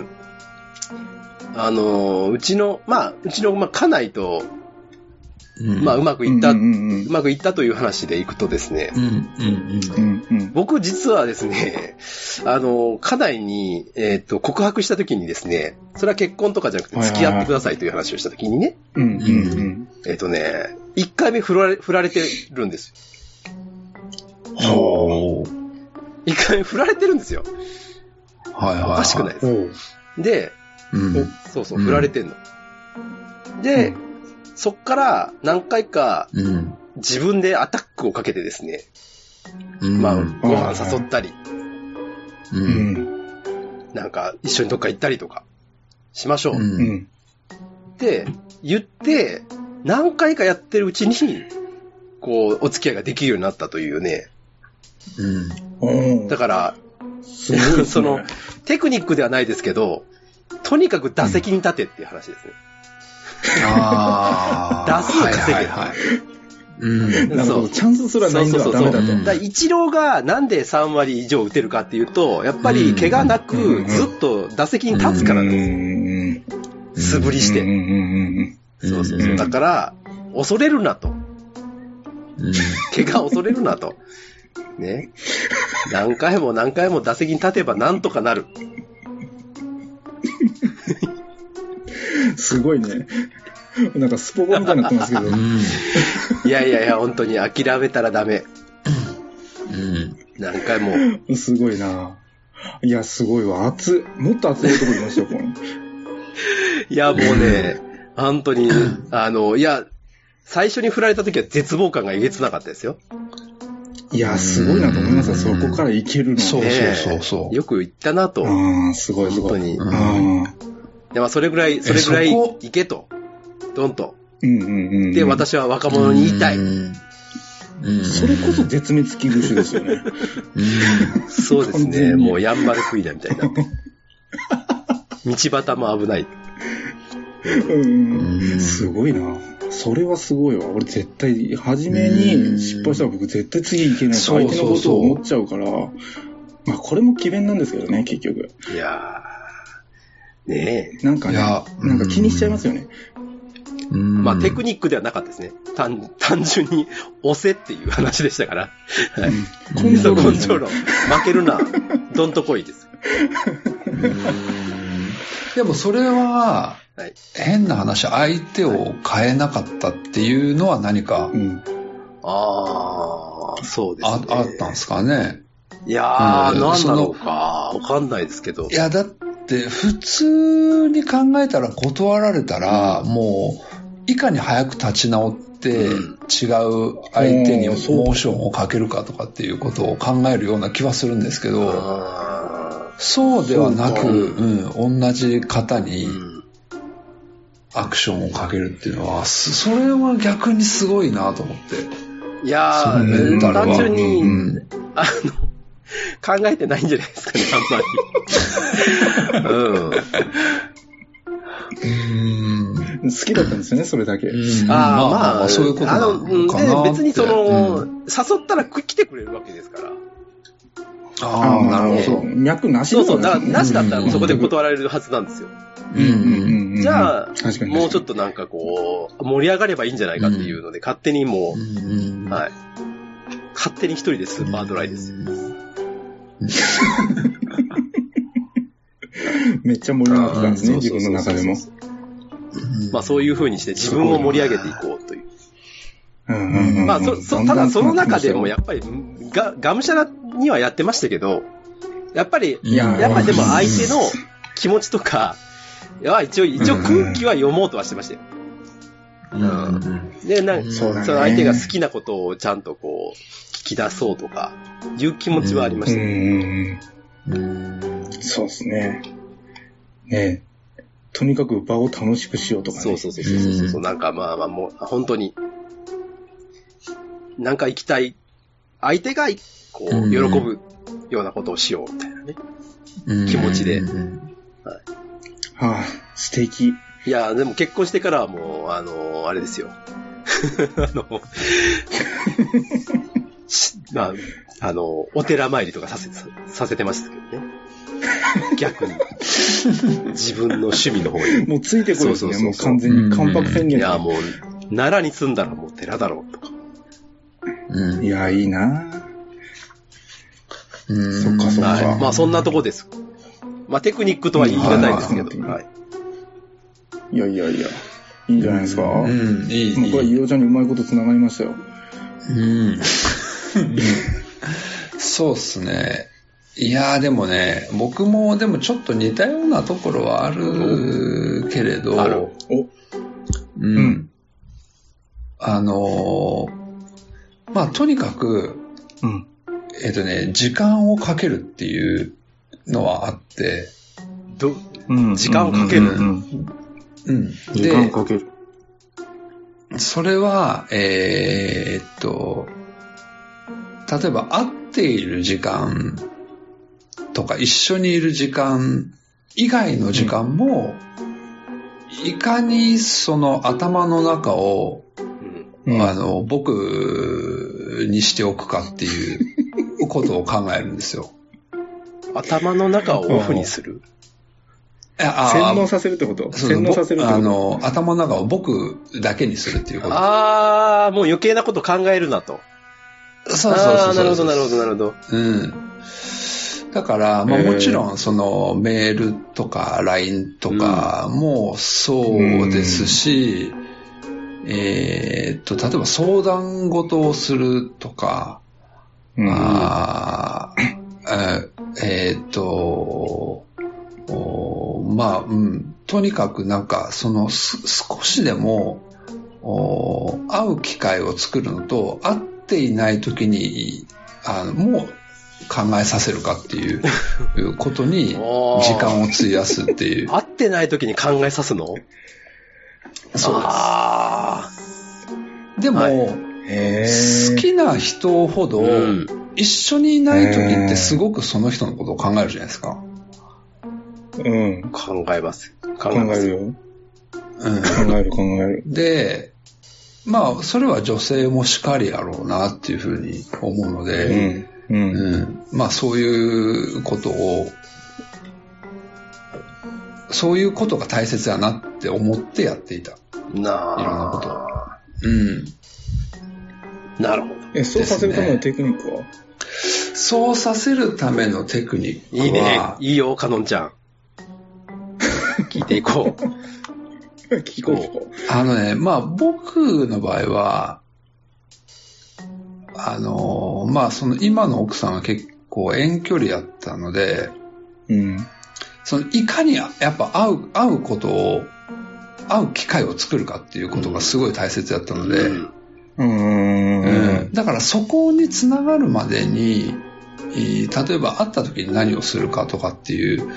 Speaker 4: あの、うちの、まあ、うちの、まあ、家内と、
Speaker 2: うん。
Speaker 4: まあ、
Speaker 2: う、
Speaker 4: うんまく
Speaker 3: うん
Speaker 4: いっ
Speaker 3: うん
Speaker 4: た、
Speaker 3: う
Speaker 4: うんまくいったという話でいくとですね、
Speaker 2: うん、
Speaker 3: う
Speaker 2: うん。
Speaker 3: んうん。
Speaker 4: 僕実はですね、あの、家内に、えっ、と、告白した時にですね、それは結婚とかじゃなくて
Speaker 3: はいはい
Speaker 4: 付
Speaker 3: はい
Speaker 4: き合ってくださいという話をした時にね、
Speaker 3: うんうんうん。
Speaker 4: えっ、とね、一回目振られ、振られてるんですよ。
Speaker 2: ほう。
Speaker 4: 一回目振られてるんですよ。
Speaker 2: はいはい、はい。
Speaker 4: おかしくないです。で、
Speaker 2: うん。
Speaker 4: そうそう、
Speaker 2: うん
Speaker 4: 振られてんの。で、そっから何回か
Speaker 2: うん。
Speaker 4: 自分でアタックをかけてですね、
Speaker 2: うん。
Speaker 4: まあ、
Speaker 2: うん。
Speaker 4: ご飯誘ったり、
Speaker 2: う。
Speaker 3: うんん
Speaker 4: なんか一緒にどっか行ったりとか、しましょう
Speaker 2: う。
Speaker 4: っ
Speaker 3: うんん。
Speaker 4: て言って、何回かやってるうちに、こう、お付き合いができるようになったというね。
Speaker 2: うん。
Speaker 3: うん。
Speaker 4: だから、
Speaker 3: すごいですね
Speaker 4: その、テクニックではないですけど、とにかく打席に立てっていう話ですね。
Speaker 2: ああ。
Speaker 4: 打数稼げ
Speaker 2: はいはい、はい。うん。
Speaker 3: なるほ
Speaker 4: そ
Speaker 3: ど。
Speaker 4: う
Speaker 3: チャンスすらないんだ
Speaker 4: そうそう
Speaker 3: ダ
Speaker 4: そう
Speaker 3: メだと。
Speaker 4: だからイチローがなんで3割以上打てるかっていうと、やっぱり怪我な
Speaker 3: う
Speaker 4: く
Speaker 3: ん
Speaker 4: ずっと打席に立つからなんで
Speaker 3: ん。
Speaker 4: す。素振りし
Speaker 3: うん
Speaker 4: て。
Speaker 3: うんうんうん。
Speaker 4: そうそうそうう。
Speaker 3: ん
Speaker 4: だから、恐れるなと。
Speaker 2: うん。
Speaker 4: 怪我恐れるなと。ね。何回も何回も打席に立てばなんとかなる。
Speaker 3: すごいね。なんかスポコンみたいになってますけど。
Speaker 2: うん。
Speaker 4: いやいやいや、本当に諦めたらダメ。
Speaker 2: うん。
Speaker 4: 何回も。
Speaker 3: すごいな。いや、すごいわ。熱い、もっと熱い男いましたよ、これ。
Speaker 4: いや、もうね、本当に、あの、いや、最初に振られた時は絶望感がえげつなかったですよ。
Speaker 3: いや、すごいなと思いました。そこからいけるの。
Speaker 2: そう
Speaker 4: ねえ
Speaker 2: そうそうそう
Speaker 4: よく言ったなと。
Speaker 3: ああ、すごいすご
Speaker 4: 本当
Speaker 3: い。
Speaker 4: に。
Speaker 2: うん
Speaker 3: ああ。
Speaker 4: でまあ、それぐらい、それぐらい
Speaker 2: えそこ
Speaker 4: 行けと。どんと。
Speaker 3: うんうんうん。
Speaker 4: で、。私は若者に言いたい。
Speaker 2: うん。うん
Speaker 3: それこそ絶滅危惧種ですよね。
Speaker 2: うん
Speaker 4: そうです
Speaker 3: 完全
Speaker 4: ね。
Speaker 3: に
Speaker 4: もうやんばる食いだみた いな。道端も危ない。
Speaker 3: うん
Speaker 2: う
Speaker 3: うんん。すごいな。それはすごいわ。俺絶対、初めに失敗したら僕絶対次いけない。
Speaker 2: そう
Speaker 3: 相
Speaker 2: そうそう
Speaker 3: 手のことを思っちゃうから。まあ、これも詭弁なんですけどね、結局。
Speaker 4: いやー。ね
Speaker 3: なんか
Speaker 2: い
Speaker 3: ね、
Speaker 2: や
Speaker 3: なんか気にしちゃいますよね。
Speaker 4: え。まあ、テク
Speaker 2: ニ
Speaker 4: ニックではなかったですね。単、単純に、押せっていう話でしたから。はい。
Speaker 3: 根
Speaker 4: そう、
Speaker 3: 性論
Speaker 4: 根性論。負けるな。どんとこいです。
Speaker 2: でもそれは、
Speaker 4: はい。
Speaker 2: 変な話、相手を変えなかったっていうのは何か
Speaker 3: うん。
Speaker 4: ああ、そうです
Speaker 2: あ,、
Speaker 4: ね。
Speaker 2: あったんですかね。
Speaker 4: いやー、
Speaker 2: うん
Speaker 4: なんだろうか。わかんないですけど
Speaker 2: い。や、だって普通に考えたら断られたら、もう、いかに早く立ち直って、
Speaker 4: うん
Speaker 2: 違う相手に
Speaker 3: う
Speaker 2: モ
Speaker 3: んそう
Speaker 2: ーションをかけるかとかっていうことを考えるような気はするんですけど、
Speaker 4: あ
Speaker 2: そうではなく、
Speaker 4: そう
Speaker 2: うん、同じ方
Speaker 4: ー
Speaker 2: に
Speaker 4: うん
Speaker 2: アクションをかけるっていうのは、そそれは逆にすごいなと思って。
Speaker 4: いや
Speaker 2: そのメ
Speaker 4: ー、
Speaker 2: ンタルは
Speaker 4: 単純に、
Speaker 2: うん
Speaker 4: あの、考えてないんじゃないですかね、あんまり。うん。
Speaker 2: うん
Speaker 3: 好きだったんですよね、それだけ。
Speaker 2: うん
Speaker 4: あー
Speaker 2: まあまあまあ、そういうことな
Speaker 4: あの、うん
Speaker 2: のかなって。
Speaker 4: で、別にその、
Speaker 2: うん
Speaker 4: 誘ったら来てくれるわけですから。
Speaker 2: ああ、なるほど。
Speaker 3: 脈なし
Speaker 4: そう
Speaker 3: だ
Speaker 4: そう、だからなしだった
Speaker 2: うんうんう
Speaker 4: ら
Speaker 2: ん
Speaker 4: そこで断られるはずなんですよ。
Speaker 2: うんうん
Speaker 3: ん
Speaker 4: じゃあ、
Speaker 3: 確かに。
Speaker 4: もうちょ
Speaker 3: っ
Speaker 4: っとなんかこう、盛り上がればいいんじゃないかっていうので、勝手にも
Speaker 2: う
Speaker 4: う、
Speaker 2: ん。
Speaker 4: はい。勝手に一人でスーパードライですよ。
Speaker 3: と。めっちゃ盛り上がってたんですね、
Speaker 4: うん
Speaker 3: 自分の中でも。
Speaker 4: そうそうそうそうまあそういう風にして自分を盛り上げていこうという。
Speaker 3: うんうんうん
Speaker 4: まあそ、そ、ただその中でもやっぱり、が、がむしゃらにはやってましたけど、やっぱり、
Speaker 2: い
Speaker 3: や
Speaker 4: やっぱりでも相手
Speaker 3: う
Speaker 4: の気持ちとか、いや一応、一応空気は読もうとはしてましたよ。
Speaker 2: うん。
Speaker 4: で、なん
Speaker 2: うん
Speaker 4: か、
Speaker 3: そうだね。
Speaker 4: その相手が好きなことをちゃんとこう、聞き出そうとか、いう気持ちはありま
Speaker 3: う
Speaker 4: し
Speaker 3: ん
Speaker 4: た
Speaker 3: う
Speaker 4: ね。
Speaker 3: んうん。
Speaker 2: うん
Speaker 3: そうですね。ねえとにかく場を楽しくしようとかね。
Speaker 4: そうそうそうそうそうそう、
Speaker 2: うん
Speaker 4: なんかまあまあもう、本当に、なんか行きたい、相手が、こう、喜ぶようなことをしようみたいなね。気持ちで
Speaker 2: うん
Speaker 3: はあ、素敵。
Speaker 4: いや、でも結婚してからはもう、あの、あれですよ。 あの、 しまあ、あの、お寺参りとかさせ、させてましたけどね。逆に。自分の趣味の方に。
Speaker 3: もうついてこいですね。
Speaker 4: そ
Speaker 3: も
Speaker 4: う
Speaker 3: う
Speaker 4: そうそう
Speaker 3: 完全に関白宣
Speaker 4: い
Speaker 3: 言。
Speaker 4: や、もう、奈良に住んだらもう寺だろうとか。
Speaker 2: うん
Speaker 3: いや、いいな
Speaker 2: うん
Speaker 3: そっかそっか
Speaker 4: はい。まあ、そんなとこです。まあ、テクニックとは言い難いですけど。
Speaker 3: うん
Speaker 4: はい。
Speaker 3: いやいやいや。いいんじゃないですか。
Speaker 2: う、
Speaker 3: もうん
Speaker 2: いい。いい
Speaker 3: これ、いおちゃんにうまいこと繋がりましたよ。
Speaker 2: うん。そうっすね。いやーでもね、僕もでもちょっと似たようなところはあるけれど、
Speaker 4: ある
Speaker 3: お
Speaker 2: うん。
Speaker 3: うん
Speaker 2: あのーまあ、とにかく、
Speaker 3: うん。
Speaker 2: えっ、とね、時間をかけるっていうのはあって、
Speaker 4: ど、
Speaker 3: うん
Speaker 4: 時間をかける
Speaker 3: うん
Speaker 2: うん。
Speaker 3: 時間を
Speaker 2: で、
Speaker 3: かける。
Speaker 2: それは、えーっと、例えば会っている時間とか一緒にいる時間以外の時間も、いかにその頭の中を
Speaker 4: うん。
Speaker 3: うん
Speaker 2: あの、僕にしておくかっていうことを考えるんです よ。
Speaker 4: 頭の中をオフにする。
Speaker 3: 洗
Speaker 2: 洗
Speaker 3: 脳させるってこと
Speaker 2: そうそう
Speaker 3: 洗脳させるって
Speaker 2: ぼあ
Speaker 3: こと
Speaker 2: の、頭の中を僕だけにするっていうこと。
Speaker 4: あー、もう余計なこと考えるなと。
Speaker 2: そうそう
Speaker 4: あ
Speaker 2: そうそ
Speaker 4: ーな
Speaker 2: う
Speaker 4: るほど、なるほど、なるほど。
Speaker 2: うん。だから、まあ
Speaker 3: えー
Speaker 2: もちろん、その、メールとか LINE とかもそうですし、えーっと、例えば相談事をするとか、
Speaker 3: うん
Speaker 2: あーえーえーっと、おーまあ、うん、とにかくなんか、その、す少しでも、おー会う機会を作るのと、会っていない時に、あのもう考えさせるかっていういうこと に、時間を費やすっていう。
Speaker 4: 会ってない時に考えさすの
Speaker 2: そう
Speaker 4: あ
Speaker 2: でも、
Speaker 4: は
Speaker 3: へー
Speaker 2: 好きな人ほ
Speaker 4: あ。
Speaker 2: ど、一緒にいない時ってすごくその人のことを考えるじゃないですか。
Speaker 3: うん。
Speaker 4: 考えます。考
Speaker 3: 考
Speaker 4: えま
Speaker 3: える
Speaker 4: す。
Speaker 3: よ。
Speaker 2: うん
Speaker 3: 考える考える。
Speaker 2: で、まあ、それは女性もしかりやろうなっていうふうに思うので、う
Speaker 3: う。
Speaker 2: ん
Speaker 3: うん。
Speaker 2: まあ、そういうことを、そういうことが大切だなって思ってやっていた。
Speaker 4: なあ。
Speaker 2: いろんなことうん。
Speaker 4: なるほど。
Speaker 3: え、そうさせるためのテクニックは
Speaker 2: そうさせるためのテクニックは、
Speaker 4: いいね。いいよ、かのんちゃん。ていこう。
Speaker 3: 聞こう聞こ
Speaker 2: あのね、まあ僕の場合は、あの、まあその今の奥さんは結構遠距離やったので、
Speaker 3: う。うん。
Speaker 2: そのいかにやっぱ会う、会うことを、会う機会を作るかっていうことがすごい大切だったので、
Speaker 4: うん
Speaker 3: うーん。
Speaker 2: うんだからそこにつながるまでに、えー例えば会った時に何をするかとかっていう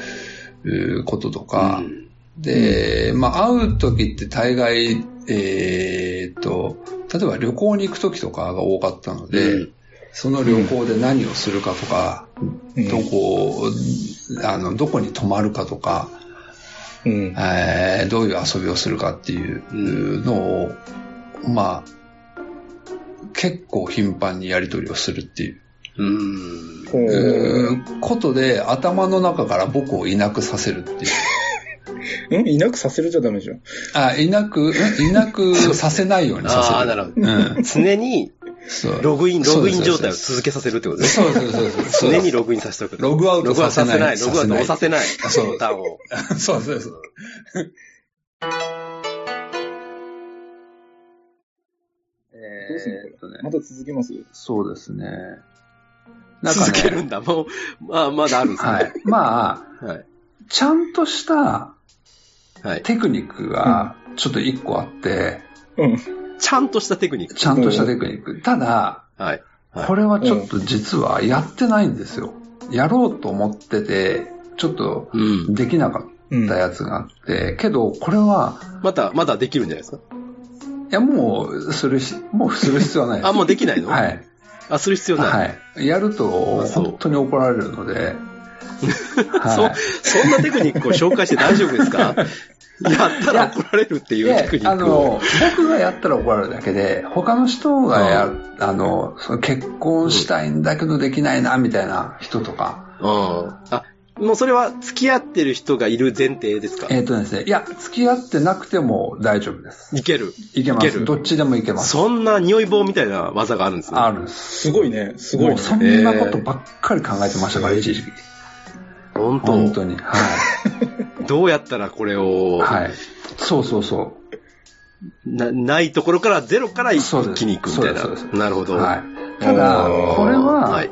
Speaker 2: うーこととか、で、まあ会う時って大概、えーっと、例えば旅行に行く時とかが多かったので、
Speaker 4: うん
Speaker 2: その旅行で何をするかとか、
Speaker 3: うん
Speaker 2: どこを、あの、どこに泊まるかとか、
Speaker 3: うん。
Speaker 2: えーどういう遊びをするかっていうのを、まあ、結構頻繁にやり取りをするっていう
Speaker 4: うん。
Speaker 3: ほう。
Speaker 2: うーことで、頭の中から僕をいなくさせるっていう。
Speaker 3: んいなくさせるじゃダメじゃん。
Speaker 2: あ、いなく、んいなくさせないようにさせる。
Speaker 4: ああ、なるほど。
Speaker 2: うん。
Speaker 4: 常に
Speaker 2: そう。
Speaker 4: ログイン、ログイン状態を
Speaker 2: そう
Speaker 4: 続けさせるってこ
Speaker 2: で
Speaker 4: とね。
Speaker 2: すそうですそうですそう
Speaker 4: 常
Speaker 2: です。
Speaker 4: にログインさせておく。
Speaker 2: ログアウト
Speaker 4: ログアウト
Speaker 2: さ
Speaker 4: さ
Speaker 2: せ
Speaker 4: せ
Speaker 2: な
Speaker 4: ないい。ログアウトをさせない。
Speaker 2: そう
Speaker 4: ボタンを。
Speaker 2: そうそうそう。え
Speaker 3: どうすんのこれ
Speaker 2: ーっとね
Speaker 3: また続けます
Speaker 2: そうですね。なんか
Speaker 4: 続
Speaker 2: ね
Speaker 4: けるんだ。もう、まあ、まだあるんですね。
Speaker 2: はい。 まあ、
Speaker 4: はい。
Speaker 2: ちゃんとした
Speaker 4: はい。
Speaker 2: テクニックがちょっと一個あって、
Speaker 3: うん。
Speaker 4: ちゃんとしたテクニック。
Speaker 2: ちゃんとしたテクニック。ただ、
Speaker 4: はい。はい
Speaker 2: これはちょっと実はやってないんですよ。やろうと思ってて、ちょっと
Speaker 4: うん。
Speaker 2: できなかっ
Speaker 3: うん
Speaker 2: たやつがあって、けど、これは、
Speaker 4: また、まだできるんじゃないですか
Speaker 2: いや、もう、するし、もうする必要はないです。
Speaker 4: あ、もうできないの。
Speaker 2: はいい。
Speaker 4: あ、する必要ない。
Speaker 2: はい。やると、
Speaker 4: あそう
Speaker 2: 本当に怒られるの で、
Speaker 4: そそんなテクニックを紹介して大丈夫 ですかやったら怒られるっていうテク
Speaker 2: で、
Speaker 4: ニ
Speaker 2: あ
Speaker 4: ックを。
Speaker 2: の、僕がやったら怒られるだけで、他の人がや、あの、その結婚したいんだけどできないな、みたいな人とか、
Speaker 4: うん。あ、もうそれは付き合ってる人がいる前提ですか
Speaker 2: えっ、とですね、いや、付き合ってなくても大丈夫です。
Speaker 4: いける。
Speaker 2: いけま
Speaker 4: いけ
Speaker 2: す。
Speaker 4: る
Speaker 2: どっちでもいけます。
Speaker 4: そんな匂い棒みたいな技があるんですね。
Speaker 2: あるんです。
Speaker 3: すごいね。すごい
Speaker 2: もう
Speaker 3: ね。
Speaker 2: そんなことばっかり考えてましたから、
Speaker 4: えー
Speaker 2: 一時期。
Speaker 4: 本当
Speaker 2: 本当に。はい。
Speaker 4: どうやったらこれを、
Speaker 2: はい。そうそうそ
Speaker 4: なないところから、ゼロから一
Speaker 2: そうです
Speaker 4: 気に行くみたいな
Speaker 2: そうですそう。です
Speaker 4: なるほ
Speaker 2: う。
Speaker 4: ど。
Speaker 2: はい。ただ
Speaker 3: お、ー
Speaker 2: これは、
Speaker 4: はい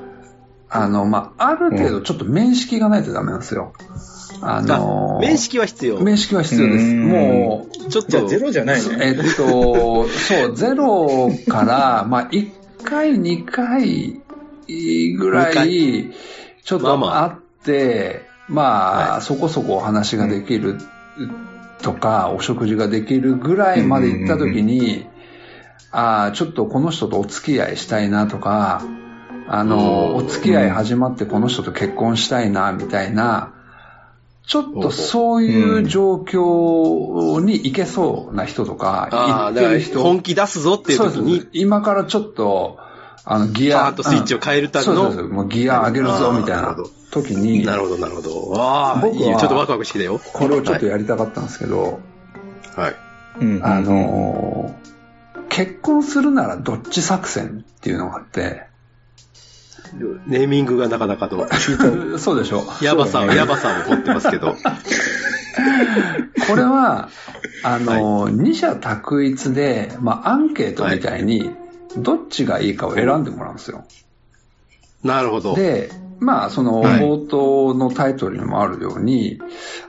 Speaker 2: あの、まあ、ある程度ちょっと面識がないとダメなんですよ。あの
Speaker 4: あ、面識は必要。
Speaker 2: 面識は必要です。
Speaker 3: うん
Speaker 2: もう、
Speaker 4: ちょっ
Speaker 3: じゃ
Speaker 4: と
Speaker 3: あ、ゼロじゃないね。
Speaker 2: えっと、そう、ゼロから、まあ、1回、2回ぐらい、ちょっ
Speaker 4: まあ
Speaker 2: と
Speaker 4: ま
Speaker 2: あって、まあ、
Speaker 4: は
Speaker 2: そこそこお話ができるとか、お食事ができるぐらいまで行った時に、ああ、ちょっとこの人とお付き合いしたいなとか、あの、お
Speaker 4: うん
Speaker 2: 付き合い始まってこの人と結婚したいな、みたいな、ちょっとそういう状況に行けそうな人とか、
Speaker 4: ああ、
Speaker 2: 行っ
Speaker 4: だか
Speaker 2: て
Speaker 4: ら
Speaker 2: る人、
Speaker 4: 本気出すぞっていう時
Speaker 2: そうです
Speaker 4: に
Speaker 2: ね、今からちょっと、あの、ギア、
Speaker 4: パーッとスイッチを変えるための
Speaker 2: うんそうそうそうもうギア上げるぞ、
Speaker 4: あー
Speaker 2: みたい
Speaker 4: なる
Speaker 2: な
Speaker 4: ほど
Speaker 2: 時に、
Speaker 4: なるほど、なるほど。ああ、い
Speaker 2: 僕はい
Speaker 4: よちょっとワクワクしてきたよ。
Speaker 2: これをちょっとやりたかったんですけど、
Speaker 4: はい。
Speaker 3: うん
Speaker 2: あ、のー結婚するならどっち作戦っていうのがあって、
Speaker 4: ネーミングがなかなかと、
Speaker 2: そうでしょ。
Speaker 4: やば
Speaker 3: そ
Speaker 4: さ
Speaker 3: う
Speaker 4: を、
Speaker 3: だね
Speaker 4: やばさを持ってますけど。
Speaker 2: これは、あ の、二者択一で、まあ、アンケートみたいに、どっちがいいかを選んでもらうんですよ。
Speaker 4: なるほど。
Speaker 2: で、まあ、その、
Speaker 3: はい
Speaker 2: 冒頭のタイトルにもあるように、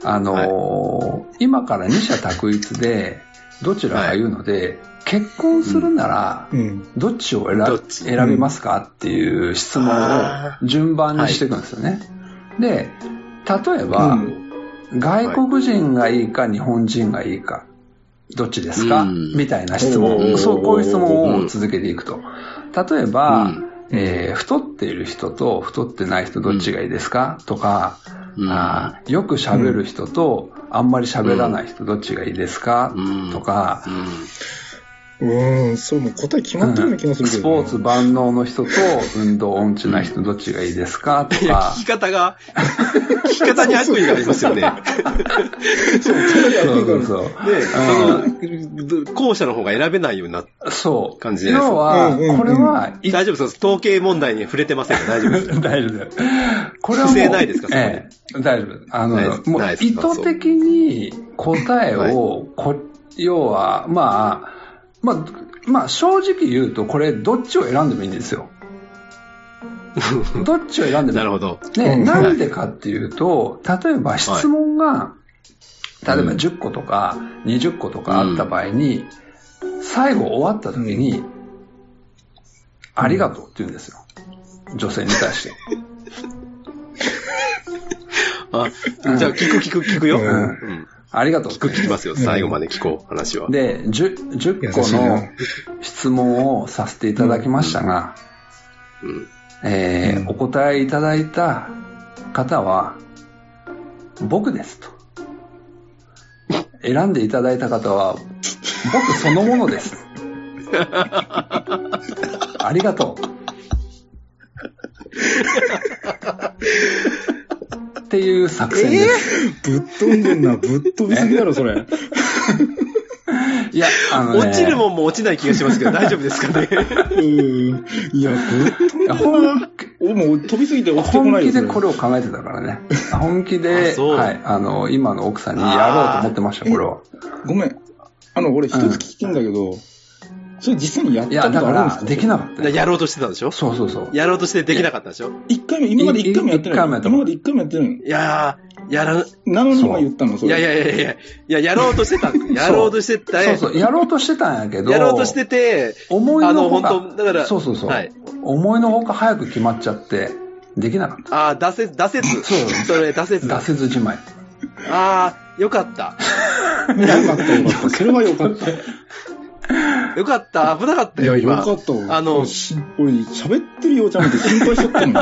Speaker 2: あの、今から二者択一で、どちらが言うので、結婚するなら、
Speaker 3: うん。
Speaker 2: どっちを選
Speaker 4: どっち
Speaker 2: 選びますかっていう質問
Speaker 4: あ
Speaker 2: を順番にしていくんですよね。で、例えば、
Speaker 3: うん
Speaker 2: 外国人がいいか日本人がいいか、どっちですか、
Speaker 4: うん
Speaker 2: みたいな質
Speaker 3: う
Speaker 2: 問。
Speaker 3: ん
Speaker 2: そう、こういう質問を続けていくと。例えば、
Speaker 4: うん
Speaker 2: えー太っている人と太ってない人どっちがいいですか、とか、
Speaker 4: うん
Speaker 2: あーよく喋る人とあんまり喋らない人どっちがいいですか、
Speaker 4: うん
Speaker 2: とか、
Speaker 4: うん
Speaker 3: うん、そう、もう答え決まってるような気もするけ
Speaker 2: ス
Speaker 3: ど、
Speaker 2: ポ
Speaker 3: ね
Speaker 2: ーツ万能の人と運動音痴な人どっちがいいですかと
Speaker 4: いや、
Speaker 2: か
Speaker 4: 聞き、方が、 聞き方に悪意がありますよね。
Speaker 2: そうそうそう。
Speaker 4: で、その、後者の方が選べないようになって、
Speaker 2: そう。
Speaker 4: 感じじゃないですか
Speaker 2: 要は、
Speaker 3: うんうんうん
Speaker 2: これは、い
Speaker 4: 大丈夫です。統計問題に触れてませんか大丈夫で す。
Speaker 2: 大丈夫です。これはもう
Speaker 4: 不正ないですかそこに
Speaker 2: ええ大丈夫です。あの
Speaker 4: ないで、す
Speaker 2: もう
Speaker 4: ないです
Speaker 2: 意図的に答えを、こ要は、まあ、まあ、まあ、正直言うと、これ、どっちを選んでもいいんです よ。どっちを 選んでもいい
Speaker 4: なるほど。
Speaker 2: ね、
Speaker 3: うん
Speaker 2: なんでかっていうと、例えば質問が、
Speaker 4: い
Speaker 2: 例えば10個とか20個とかあった場合に、最後終わった時に、ありがとうって言うんですよ。女性に対して。
Speaker 4: あ、じゃあ聞く聞く聞くよ。
Speaker 3: う
Speaker 4: うんん。
Speaker 2: ありがとうっ
Speaker 4: 聞く
Speaker 2: て
Speaker 4: 聞きますよ。最後まで聞こう、話は。
Speaker 2: で、10, 10個
Speaker 3: 優しいな
Speaker 2: の質問をさせていただきましたが、
Speaker 4: うん。
Speaker 2: えー
Speaker 3: うん
Speaker 2: お答えいただいた方は、僕ですと。選んでいただいた方は、僕そのものです。ありがとう。っていう作戦です。
Speaker 3: ぶっ飛んでんな、ぶっ飛びすぎだろ、それ。
Speaker 2: いや、あの、ね、
Speaker 4: 落ちるもんも落ちない気がしますけど、大丈夫ですかね
Speaker 3: うん。いや、ぶっ飛んで
Speaker 2: いや本
Speaker 3: おもう飛びすぎて落ちてこ
Speaker 2: 本
Speaker 3: ないよ
Speaker 2: 気
Speaker 3: そ
Speaker 2: で
Speaker 3: れ
Speaker 2: これを考えてたから ね。本気で、
Speaker 4: あそう
Speaker 2: はい、あの、今の奥さんにやろうと思ってました、これは。
Speaker 3: ごめん。あの、俺一つ聞きたいんだけど、それ実際にやっ
Speaker 2: いや、
Speaker 3: たこ
Speaker 2: だ
Speaker 3: と
Speaker 2: か
Speaker 3: あるん
Speaker 2: ら、
Speaker 3: で
Speaker 2: ですき
Speaker 3: か
Speaker 2: なかったよ。
Speaker 4: やろうとしてたんでしょ
Speaker 2: そうそうそう。
Speaker 4: やろうとしてできなかったでしょ
Speaker 3: 一回も、今まで一回もやってな
Speaker 2: い
Speaker 3: い。
Speaker 2: 一回もやった
Speaker 3: 今まで一回もやってない。
Speaker 4: いやー、やら、
Speaker 3: なのに今言ったの、そ
Speaker 4: いや
Speaker 3: れ。
Speaker 4: いやいやいや、いや、やろうとしてたんですよ。やろうとしてた。
Speaker 2: そうそう、やろうとしてたんやけど、
Speaker 4: やろうとしてて、
Speaker 2: 思い
Speaker 4: あ
Speaker 2: の
Speaker 4: の、
Speaker 2: ほか、
Speaker 4: 本当だから、
Speaker 2: そうそうそう、
Speaker 4: はい。
Speaker 2: 思いのほか早く決まっちゃって、できなかっ
Speaker 4: ああ、出せ、出せず。
Speaker 2: そう
Speaker 4: それ、出せず。
Speaker 2: た。出せずじまい。
Speaker 4: ああ、よかった。
Speaker 3: よかった、よかった。それはよかった。
Speaker 4: よかった。危なかったよ、今。
Speaker 3: よかったわ
Speaker 4: あの、
Speaker 3: し俺、喋ってるようちゃんって心配しちゃったのに。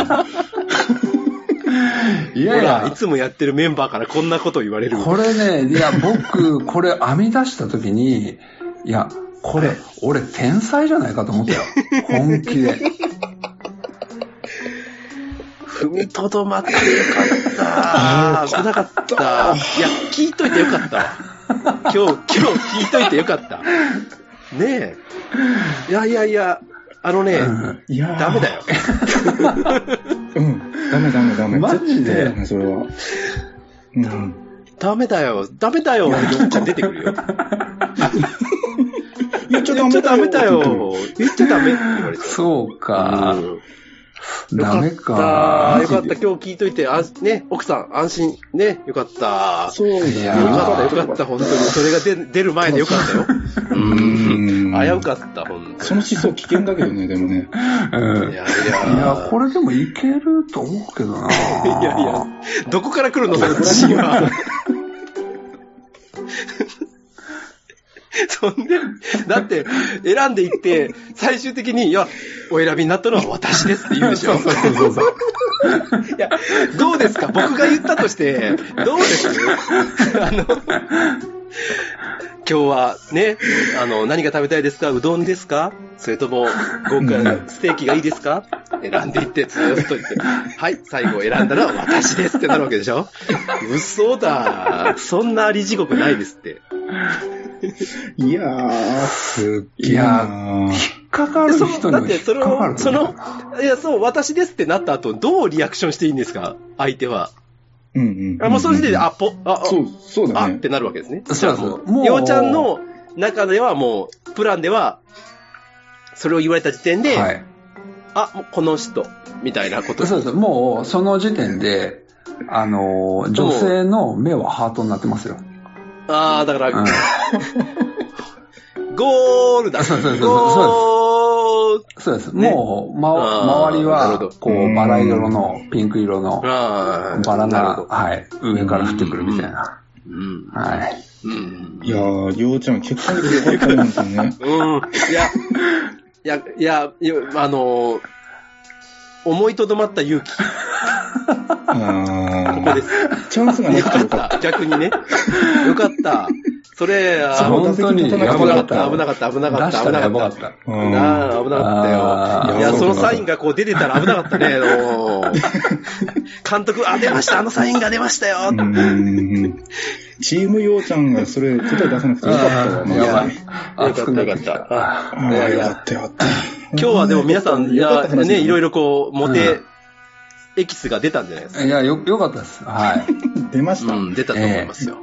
Speaker 2: い
Speaker 4: ほら、いつもやってるメンバーからこんなこと言われる。
Speaker 2: これね、いや、僕、これ編み出した時に、いや、これ、俺天才じゃないかと思ったよ。本気で。
Speaker 4: 踏みとどまってよかった。危なかった。いや、聞いといてよかった。今日、今日聞いといてよかった。ねえ。いやいやいや、あのね、
Speaker 2: うん
Speaker 3: いやー
Speaker 4: ダメだよ。
Speaker 3: うん。ダメダメダメ。
Speaker 2: マジで
Speaker 3: 絶対ダメそれは。うん。
Speaker 4: ダメだよ。ダメだよ。よっちゃん出てくるよ。
Speaker 3: いや、ちょっ
Speaker 4: 言っち
Speaker 3: と
Speaker 4: ゃダ
Speaker 3: ダ
Speaker 4: メ
Speaker 3: メ
Speaker 4: だ
Speaker 3: だ
Speaker 4: よ
Speaker 3: よ。。
Speaker 4: 言っちゃダメって言われて。
Speaker 2: そうか、
Speaker 4: うん
Speaker 2: ダメ
Speaker 4: よか
Speaker 2: か
Speaker 4: った。よかった。
Speaker 2: マジで
Speaker 4: 今日聞いといて、あね、奥さん、安心。ね、よかった。
Speaker 3: そうだ
Speaker 2: いや
Speaker 4: よかった、
Speaker 2: ー
Speaker 4: よかった。本当に。それが出出る前でよかったよ。う。
Speaker 3: うんん。
Speaker 4: 危うかった、本
Speaker 3: その思想危険だけどね、でもね。
Speaker 2: う
Speaker 4: 当
Speaker 2: ん
Speaker 4: に。い
Speaker 2: い
Speaker 4: や
Speaker 2: や
Speaker 4: いや。
Speaker 2: これでもいけると思うけどな
Speaker 4: いやいや、どこから来るの、その自信は。そんで、だって、選んでいって、最終的に、いや、お選びになったのは私ですって言うでしょ。
Speaker 2: そうそうそうそう。
Speaker 4: いや、どうですか僕が言ったとして、どうですかあの、今日はね、あの、何が食べたいですかうどんですかそれとも、豪華なステーキがいいですか選んでいって、ずーっと言って。はい、最後選んだのは私ですってなるわけでしょ嘘だ。そんなあり地獄ないですって。
Speaker 3: いやー、すっ
Speaker 2: げえな引っかかる
Speaker 4: そ
Speaker 2: 人に
Speaker 4: うだ
Speaker 2: は
Speaker 4: って、
Speaker 2: 引
Speaker 4: そ
Speaker 2: っ
Speaker 4: れ
Speaker 2: かかる
Speaker 4: を、その、いや、そう、私ですってなった後、どうリアクションしていいんですか相手は。
Speaker 3: うんうんうん。
Speaker 4: あもうその時点で、あ、ぽ、あ、あ
Speaker 3: そう、そうだ
Speaker 4: あっ
Speaker 3: ね
Speaker 4: て。なるわけですね。
Speaker 2: そうそう
Speaker 4: も
Speaker 2: も
Speaker 4: う、
Speaker 2: う
Speaker 4: ようちゃんの中ではもう、プランでは、それを言われた時点で、
Speaker 2: はい。
Speaker 4: あ、もうこの人、みたいなこと。
Speaker 2: そうそう。もう、その時点で、あのー、女性の目はハートになってますよ。
Speaker 4: ああ、だか
Speaker 2: うん
Speaker 4: ら、。ゴールだ。
Speaker 2: そうそうそうそう
Speaker 4: ゴール。
Speaker 2: そうです。
Speaker 4: ね
Speaker 2: もう、ま
Speaker 4: あー、
Speaker 2: 周り
Speaker 4: なる
Speaker 2: は
Speaker 4: ほど、
Speaker 2: こう、バラ色の、ピンク色の、
Speaker 4: ああ、
Speaker 2: バラ
Speaker 4: なる
Speaker 2: が
Speaker 4: ほ、ど。
Speaker 2: はい、上から降ってくるみたいな。
Speaker 4: うん。
Speaker 2: はい。
Speaker 4: うん。
Speaker 3: いやー、りょうちゃん結婚できてよかったね、本当にね。
Speaker 4: うん。いや、いや、いや、いやあのー思いとどまった勇気。
Speaker 3: あ
Speaker 4: ここです。
Speaker 3: ーチャンスがな
Speaker 4: よ
Speaker 3: くて
Speaker 4: か
Speaker 3: よ
Speaker 4: っ。
Speaker 3: かった
Speaker 4: 逆にね。よかった。それ、あ
Speaker 3: そう
Speaker 2: 本当に
Speaker 4: 危
Speaker 2: 危
Speaker 4: な
Speaker 2: な
Speaker 4: か
Speaker 2: か
Speaker 4: っ、
Speaker 2: ったた。
Speaker 4: 危なかった、危なかっ
Speaker 2: 出し
Speaker 4: た、危
Speaker 2: たら
Speaker 4: なか
Speaker 2: や
Speaker 4: っ
Speaker 2: ばか
Speaker 4: た
Speaker 2: っ。た。
Speaker 3: た。うん
Speaker 4: なあ、危なかったよ。
Speaker 2: あー
Speaker 4: いや、
Speaker 3: 危なかった
Speaker 4: そのサインがこう出てたら危なかっ たね。おー監督、あ、出ました、あのサインが出ましたよ。
Speaker 3: うーんチームようちゃんがそれ答え出さなくてよかったわ。
Speaker 2: あーやばい。
Speaker 4: よかったよかった
Speaker 3: あー
Speaker 4: ね
Speaker 3: よかったよかった。
Speaker 4: 今日はでも皆さん、い
Speaker 3: よかっ
Speaker 4: や、
Speaker 3: た話だ
Speaker 4: ね、いろいろこう、モテ
Speaker 2: う、
Speaker 4: エキスが出たんじゃないですか。
Speaker 2: いや、よ、よかったです。はい。
Speaker 3: 出まし
Speaker 4: う
Speaker 3: た。
Speaker 4: ん、出たと思いますよ。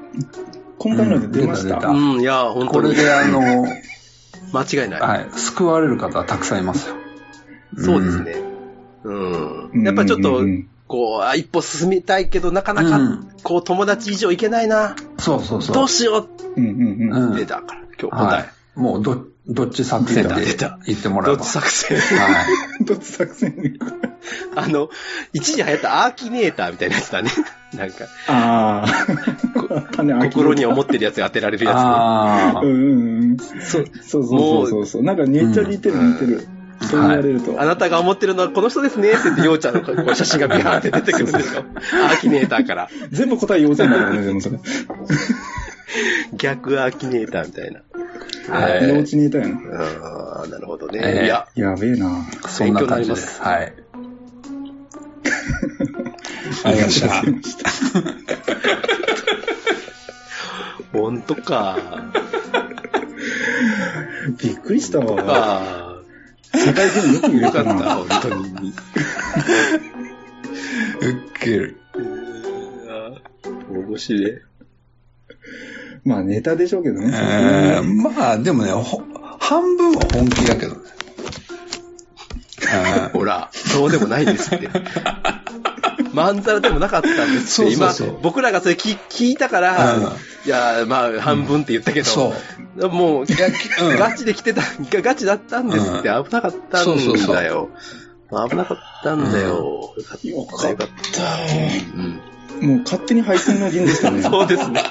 Speaker 3: 今回ので出まし
Speaker 2: うん出
Speaker 3: た
Speaker 2: た。
Speaker 4: うん、いや、本
Speaker 2: こ
Speaker 4: 当
Speaker 2: れ
Speaker 4: に。
Speaker 2: で、あの、
Speaker 4: 間違いない。
Speaker 2: はい、救われる方はたくさんいますよ。
Speaker 4: そうですね。うん。
Speaker 3: うん
Speaker 4: やっぱちょっと
Speaker 3: うんうん、
Speaker 4: こう、あ一歩進みたいけど、なかな
Speaker 2: う
Speaker 4: か
Speaker 2: ん、
Speaker 4: こう、友達以上いけないな。
Speaker 2: そうそうそう。
Speaker 4: どうしよ
Speaker 3: う
Speaker 4: う
Speaker 3: んうんうん。
Speaker 2: うん
Speaker 4: って出たから、今日
Speaker 2: は
Speaker 4: 答
Speaker 2: い
Speaker 4: え。。
Speaker 2: もう、ど、どっち作戦
Speaker 4: 出た
Speaker 2: で言ってもら
Speaker 4: ど
Speaker 2: え
Speaker 4: っ
Speaker 2: ば。
Speaker 4: ち作戦
Speaker 2: はい。
Speaker 3: どっち作戦
Speaker 4: あの、一時流行ったアーキネーターみたいなやつだね。 なんか、
Speaker 3: ああ。 種飽きる
Speaker 4: 心に思ってるやつが当てられるや
Speaker 2: ああ
Speaker 3: うんうんうん。
Speaker 4: つね。そう。
Speaker 3: そうそうそうそう。なんかめっちゃ似てる
Speaker 4: もう
Speaker 3: 似てる
Speaker 2: う。ん
Speaker 3: そう言われると。
Speaker 4: あなたが思ってるのはこの人ですねって言って、ようちゃんのこう写真がビャーって出てくる んですよ。アーキネーターから。
Speaker 3: 全部答えようじゃないよね、でもそれ。
Speaker 4: 逆アーキネーターみたいな。え
Speaker 3: 幼
Speaker 4: ー
Speaker 3: 稚にいたよな。
Speaker 4: あーなるほどね。
Speaker 2: えー
Speaker 4: いや、
Speaker 3: やべえな。
Speaker 2: そんな感じで
Speaker 4: 勉強になります
Speaker 2: す。 はい。
Speaker 3: ありがとうございました。
Speaker 4: 本当か。
Speaker 3: びっくりしたわ。
Speaker 4: あ
Speaker 3: 世界中によく
Speaker 4: ー
Speaker 3: 見
Speaker 4: よ
Speaker 3: る
Speaker 4: か
Speaker 3: か
Speaker 4: った、
Speaker 3: な。
Speaker 4: 本当に。
Speaker 2: ウッケる。
Speaker 4: 面白い。
Speaker 3: まあネタでしょうけどね。
Speaker 2: えーまあ、でもね、ほ半分は本気だけど ね。あー
Speaker 4: ほら、そうでもないで すって。まんざらでもなかったんですっ
Speaker 2: そ
Speaker 4: て。
Speaker 2: うそうそう
Speaker 4: 今、僕らがそれ聞聞いたから、
Speaker 2: うん
Speaker 4: いや、まあ、半分って言ったけど
Speaker 2: そ、
Speaker 4: もう、
Speaker 2: いや、きうん
Speaker 4: ガチで来てた、がガチだったんですって、危なかった
Speaker 2: そうそうんそう
Speaker 4: だよ。まあ危なかったんだよ。
Speaker 3: よかった
Speaker 4: よかったうん
Speaker 3: もう勝手に配線の銀でしたね。
Speaker 4: そうですね。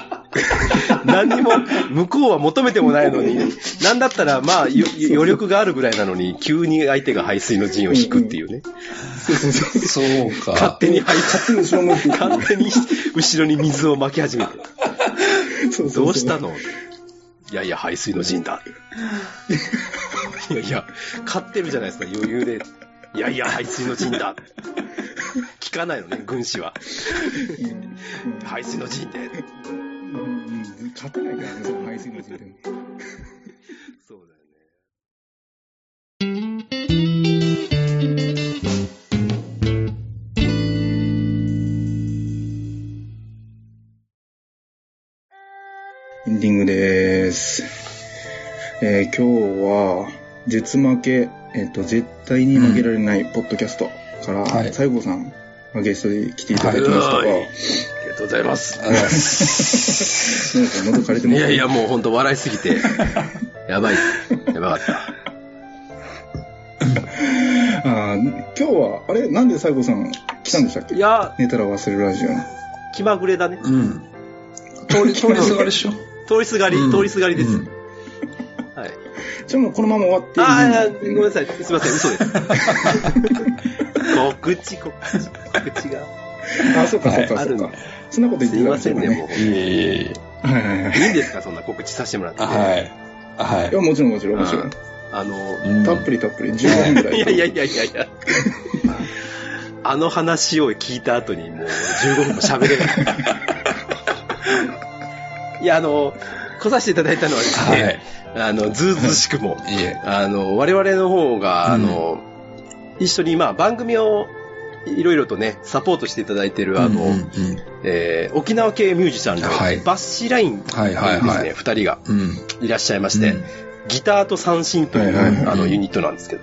Speaker 4: 何にも、向こうは求めてもないのに、なんだったら、まあ、よ余力があるぐらいなのに、急に相手が排水の陣を引くっていうね。
Speaker 3: そうそうそう。
Speaker 2: そう
Speaker 4: 勝
Speaker 2: か。
Speaker 4: 手に排水、
Speaker 3: 勝手に後ろ向いて。
Speaker 4: 勝手に後ろに水を巻き始めて。
Speaker 3: そうそうそう
Speaker 4: どうしたのいやいや、排水の陣 だ。いやいや、勝ってるじゃないですか、余裕で。いやいや、排水の陣だ。聞かないのね、軍師は。排水の陣で。
Speaker 3: うんうん勝てないからね、その配線の銀でも。
Speaker 4: そうだよね。
Speaker 3: エンディングです。えー今日は、絶負け、えっ、と、絶対に負けられないポッドキャストから、
Speaker 2: はい
Speaker 3: 西郷さんがゲストで来ていただきましたが、
Speaker 4: は
Speaker 3: ないん
Speaker 4: ありがとうございます。
Speaker 3: か喉枯れて
Speaker 4: い
Speaker 3: ます
Speaker 4: やいや、もう本当笑いすぎて。やばい。やばかった。
Speaker 3: あー今日は、あれなんで西郷さん来たんでしたっけ
Speaker 4: いや、
Speaker 3: 寝たら忘れるラジオの。
Speaker 4: 気まぐれだね。
Speaker 2: うん。通り、通りすがりっしょ。
Speaker 4: 通りすがり、
Speaker 2: うん
Speaker 4: 通りすがりです。
Speaker 2: うん
Speaker 4: はい。
Speaker 3: じゃあもうこのまま終わっていい
Speaker 4: ああ、ご
Speaker 3: う
Speaker 4: め
Speaker 3: ん
Speaker 4: んなさい。すいません、嘘 です。告知、告知、告知が
Speaker 3: あ、そうかそうか
Speaker 4: あ
Speaker 3: そ
Speaker 4: る
Speaker 3: う
Speaker 4: の
Speaker 3: か。。そんなこと言っ
Speaker 4: す
Speaker 3: て
Speaker 4: い
Speaker 3: た
Speaker 4: ま
Speaker 3: ら
Speaker 4: せんね、もう。
Speaker 2: いえ
Speaker 4: い
Speaker 2: いえいえ。
Speaker 3: はいはいはい。
Speaker 4: いんですか、 そんな告知させてもらって。
Speaker 2: はい。はい
Speaker 3: や、
Speaker 2: い。
Speaker 3: もちろんもちろんもちろ
Speaker 4: うん
Speaker 3: ん。
Speaker 4: あの、
Speaker 2: うん
Speaker 3: たっぷりたっぷり。15分ぐらい。
Speaker 4: いやいやいやい やいや。あの話を聞いた後にもう15分も喋れ ない。いや、あの、来させていただいたのはです
Speaker 2: は
Speaker 4: ね、
Speaker 2: い。
Speaker 4: あの、ずうずうしくも、
Speaker 2: いえ。
Speaker 4: あの、我々の方が、あの、一緒に、まあ、番組をいろいろとね、サポートしていただいてる、あの、
Speaker 2: うんうん
Speaker 4: えー沖縄系ミュージシャンの
Speaker 2: はい
Speaker 4: バッシーラインですね、
Speaker 2: はいはいはい
Speaker 4: 二人が
Speaker 2: うん。
Speaker 4: いらっしゃいまして、
Speaker 2: うん
Speaker 4: ギターと三振という、
Speaker 3: はいはいはい
Speaker 4: あの、ユニットなんですけど。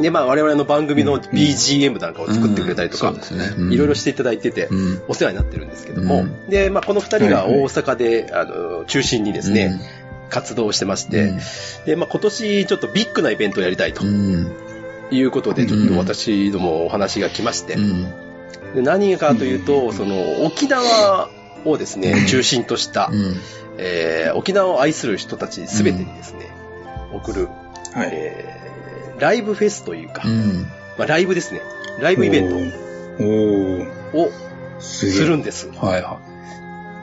Speaker 4: で、まあ、我々の番組の BGM なんかを作ってくれたりとか、
Speaker 2: うんそうですね。
Speaker 4: いろいろ
Speaker 2: し
Speaker 4: していただいてて、
Speaker 2: うん。
Speaker 4: お世話になってるんですけども、
Speaker 2: うん
Speaker 4: で、まあ、この二人が
Speaker 3: はいはい
Speaker 4: 大阪で、あの、中心にですね、活動をしてまし
Speaker 2: うん。
Speaker 4: て、で、まあ、今年ちょっとビッグなイベントをやりたいと
Speaker 2: うん。
Speaker 4: いうことで、
Speaker 2: うん
Speaker 4: ちょっと私どもお話が来まして
Speaker 2: う、ん。
Speaker 4: で何かというと、その、沖縄をです
Speaker 2: う
Speaker 4: ね、
Speaker 2: ん
Speaker 4: 中心とした
Speaker 2: う、ん。
Speaker 4: えー沖縄を愛する人たちすべてにですね、送る、
Speaker 3: はい。
Speaker 4: えーライブフェスというか、
Speaker 2: うん。
Speaker 4: まあ、ライブですね。ライブイベント
Speaker 3: おー。おー
Speaker 4: を
Speaker 3: す
Speaker 4: す
Speaker 3: げ
Speaker 4: る
Speaker 3: え。
Speaker 4: んです。
Speaker 2: はいは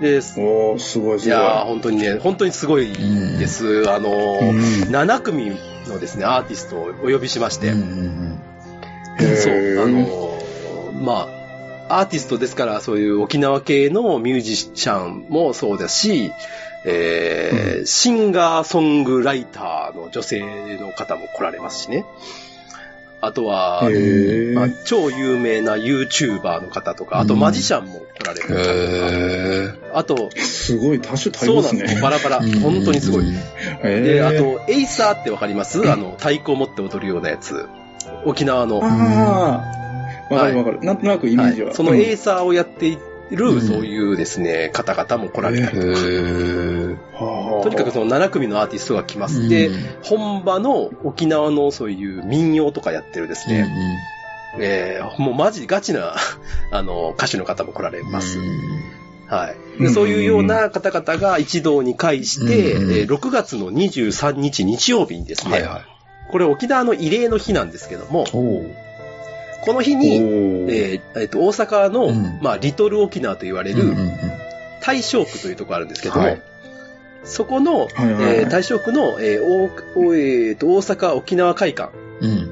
Speaker 4: で、
Speaker 3: おー、すごい
Speaker 4: い
Speaker 3: すごい。
Speaker 4: やー本当にね、本当にすごいです。あのー、
Speaker 3: うん
Speaker 4: 7組のですね、アーティストをお呼びしまし
Speaker 2: い。
Speaker 4: て、
Speaker 2: うんうん
Speaker 4: そう、
Speaker 3: へー
Speaker 4: あのー、まあ、アーティストですから、そういう沖縄系のミュージシャンもそうですし、えーシンガーソングライターの女性の方も来られますしね。あとは、
Speaker 3: へー
Speaker 4: まあ、超有名な YouTuber の方とか、あと
Speaker 2: うん
Speaker 4: マジシャンも来られ
Speaker 2: う
Speaker 4: る
Speaker 2: ん。
Speaker 4: 方と
Speaker 2: へー。
Speaker 4: か、あと、
Speaker 3: すごい、多種多
Speaker 4: そ
Speaker 3: 様
Speaker 4: うな
Speaker 3: です
Speaker 4: んです
Speaker 3: ね。
Speaker 4: バラバラ。
Speaker 2: うん
Speaker 4: 本当にすごい。
Speaker 3: え
Speaker 4: で、
Speaker 3: ー
Speaker 4: あ、と、エイサーってわかりますあの、太鼓を持って踊るようなやつ。沖縄の。は
Speaker 3: ああ、わかるわかる。なんとなくイメージは。
Speaker 4: い、その
Speaker 3: うん
Speaker 4: エイサーをやっている、
Speaker 2: うん
Speaker 4: そういうですね、方々も来られた
Speaker 2: へ
Speaker 4: り。
Speaker 2: ー。
Speaker 3: はあ
Speaker 4: とにかくその7組のアーティストが来ます。
Speaker 2: う
Speaker 4: で
Speaker 2: ん、、
Speaker 4: 本場の沖縄のそういう民謡とかやってるですね、えーもうマジガチな、 あの、歌手の方も来られ
Speaker 2: うん
Speaker 4: ます。
Speaker 2: う
Speaker 4: はい。でそういうような方々が一堂に会して、
Speaker 2: うん
Speaker 4: えー6月の23日日曜日にです
Speaker 2: ん
Speaker 4: ね、
Speaker 2: はいはい。
Speaker 4: これ沖縄の慰霊の日なんですけども、
Speaker 2: おう
Speaker 4: この日
Speaker 3: お
Speaker 4: に、
Speaker 3: ー
Speaker 4: えーえっと大阪の、
Speaker 2: うん
Speaker 4: まあ、リトル沖縄と言われ
Speaker 2: うんうんう
Speaker 4: る
Speaker 2: ん
Speaker 4: 大正区というところあるんですけども、
Speaker 2: はい
Speaker 4: そこ
Speaker 3: は
Speaker 4: の、
Speaker 3: いはいはい
Speaker 4: えー大正区の、えーおおえーと大阪沖縄会館
Speaker 2: うん。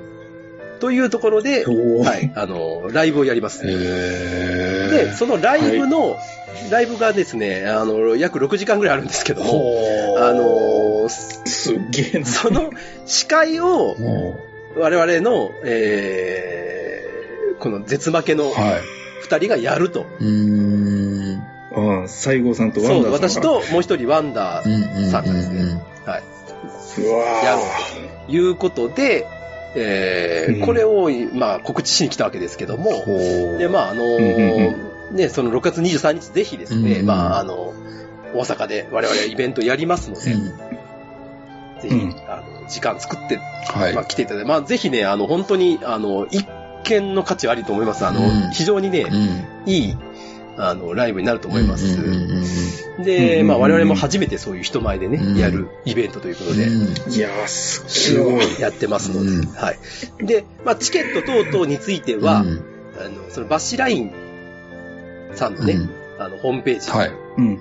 Speaker 4: というところで、
Speaker 3: おー
Speaker 4: はい、あのライブをやります。
Speaker 2: へー。
Speaker 4: で、そのライブの、ライブがですね、あの、約6時間ぐらいあるんですけども、
Speaker 2: ほ
Speaker 4: あ の、
Speaker 3: すっげえな。
Speaker 4: その司会を
Speaker 2: う。も
Speaker 4: 我々の、えーこの絶負けの
Speaker 2: う、はい。
Speaker 4: 二人がやると。
Speaker 2: うーん。
Speaker 3: うん、西郷さんとワ
Speaker 4: そ
Speaker 3: ンダ
Speaker 4: う、
Speaker 3: ー
Speaker 4: 私
Speaker 3: さんが。
Speaker 4: ともう一人ワンダ
Speaker 2: う
Speaker 4: ー
Speaker 2: んうんうん
Speaker 4: さんがですね、はい、
Speaker 3: 私と、うわ
Speaker 4: やろということで、えー
Speaker 3: うん
Speaker 4: これを、まあ、告知しに来たわけですけども、
Speaker 2: ほう
Speaker 4: で、まあ、あのー
Speaker 3: うん
Speaker 4: ね、その6月23日、ぜひですね、
Speaker 2: うん
Speaker 4: まあ、あの、大阪で我々イベントやりますので、
Speaker 2: うん
Speaker 4: ぜひ
Speaker 3: うん、
Speaker 4: あの、時間作って、
Speaker 2: はい。
Speaker 4: まあ、来ていただいて、まあ、ぜひね、あの、本当に、あの、一見の価値はありと思います。あの、
Speaker 2: うん
Speaker 4: 非常にね、
Speaker 2: うん
Speaker 4: いい、あの、ライブになると思いま
Speaker 2: う
Speaker 4: す。
Speaker 2: んうんうん
Speaker 4: で、
Speaker 3: うん
Speaker 4: まあ、我々も初めてそういう人前でね、
Speaker 2: うん
Speaker 4: やるイベントということで、
Speaker 2: うん
Speaker 3: いやー、す
Speaker 4: す
Speaker 3: っ
Speaker 4: ご
Speaker 3: ごい。
Speaker 4: いやってますので、
Speaker 2: うん
Speaker 4: はい。で、まあ、チケット等々については、
Speaker 2: うん
Speaker 4: あの、そのバッシュラインさんのね、
Speaker 2: うん
Speaker 4: あの、ホームページ
Speaker 2: はい。
Speaker 3: うん。
Speaker 2: うん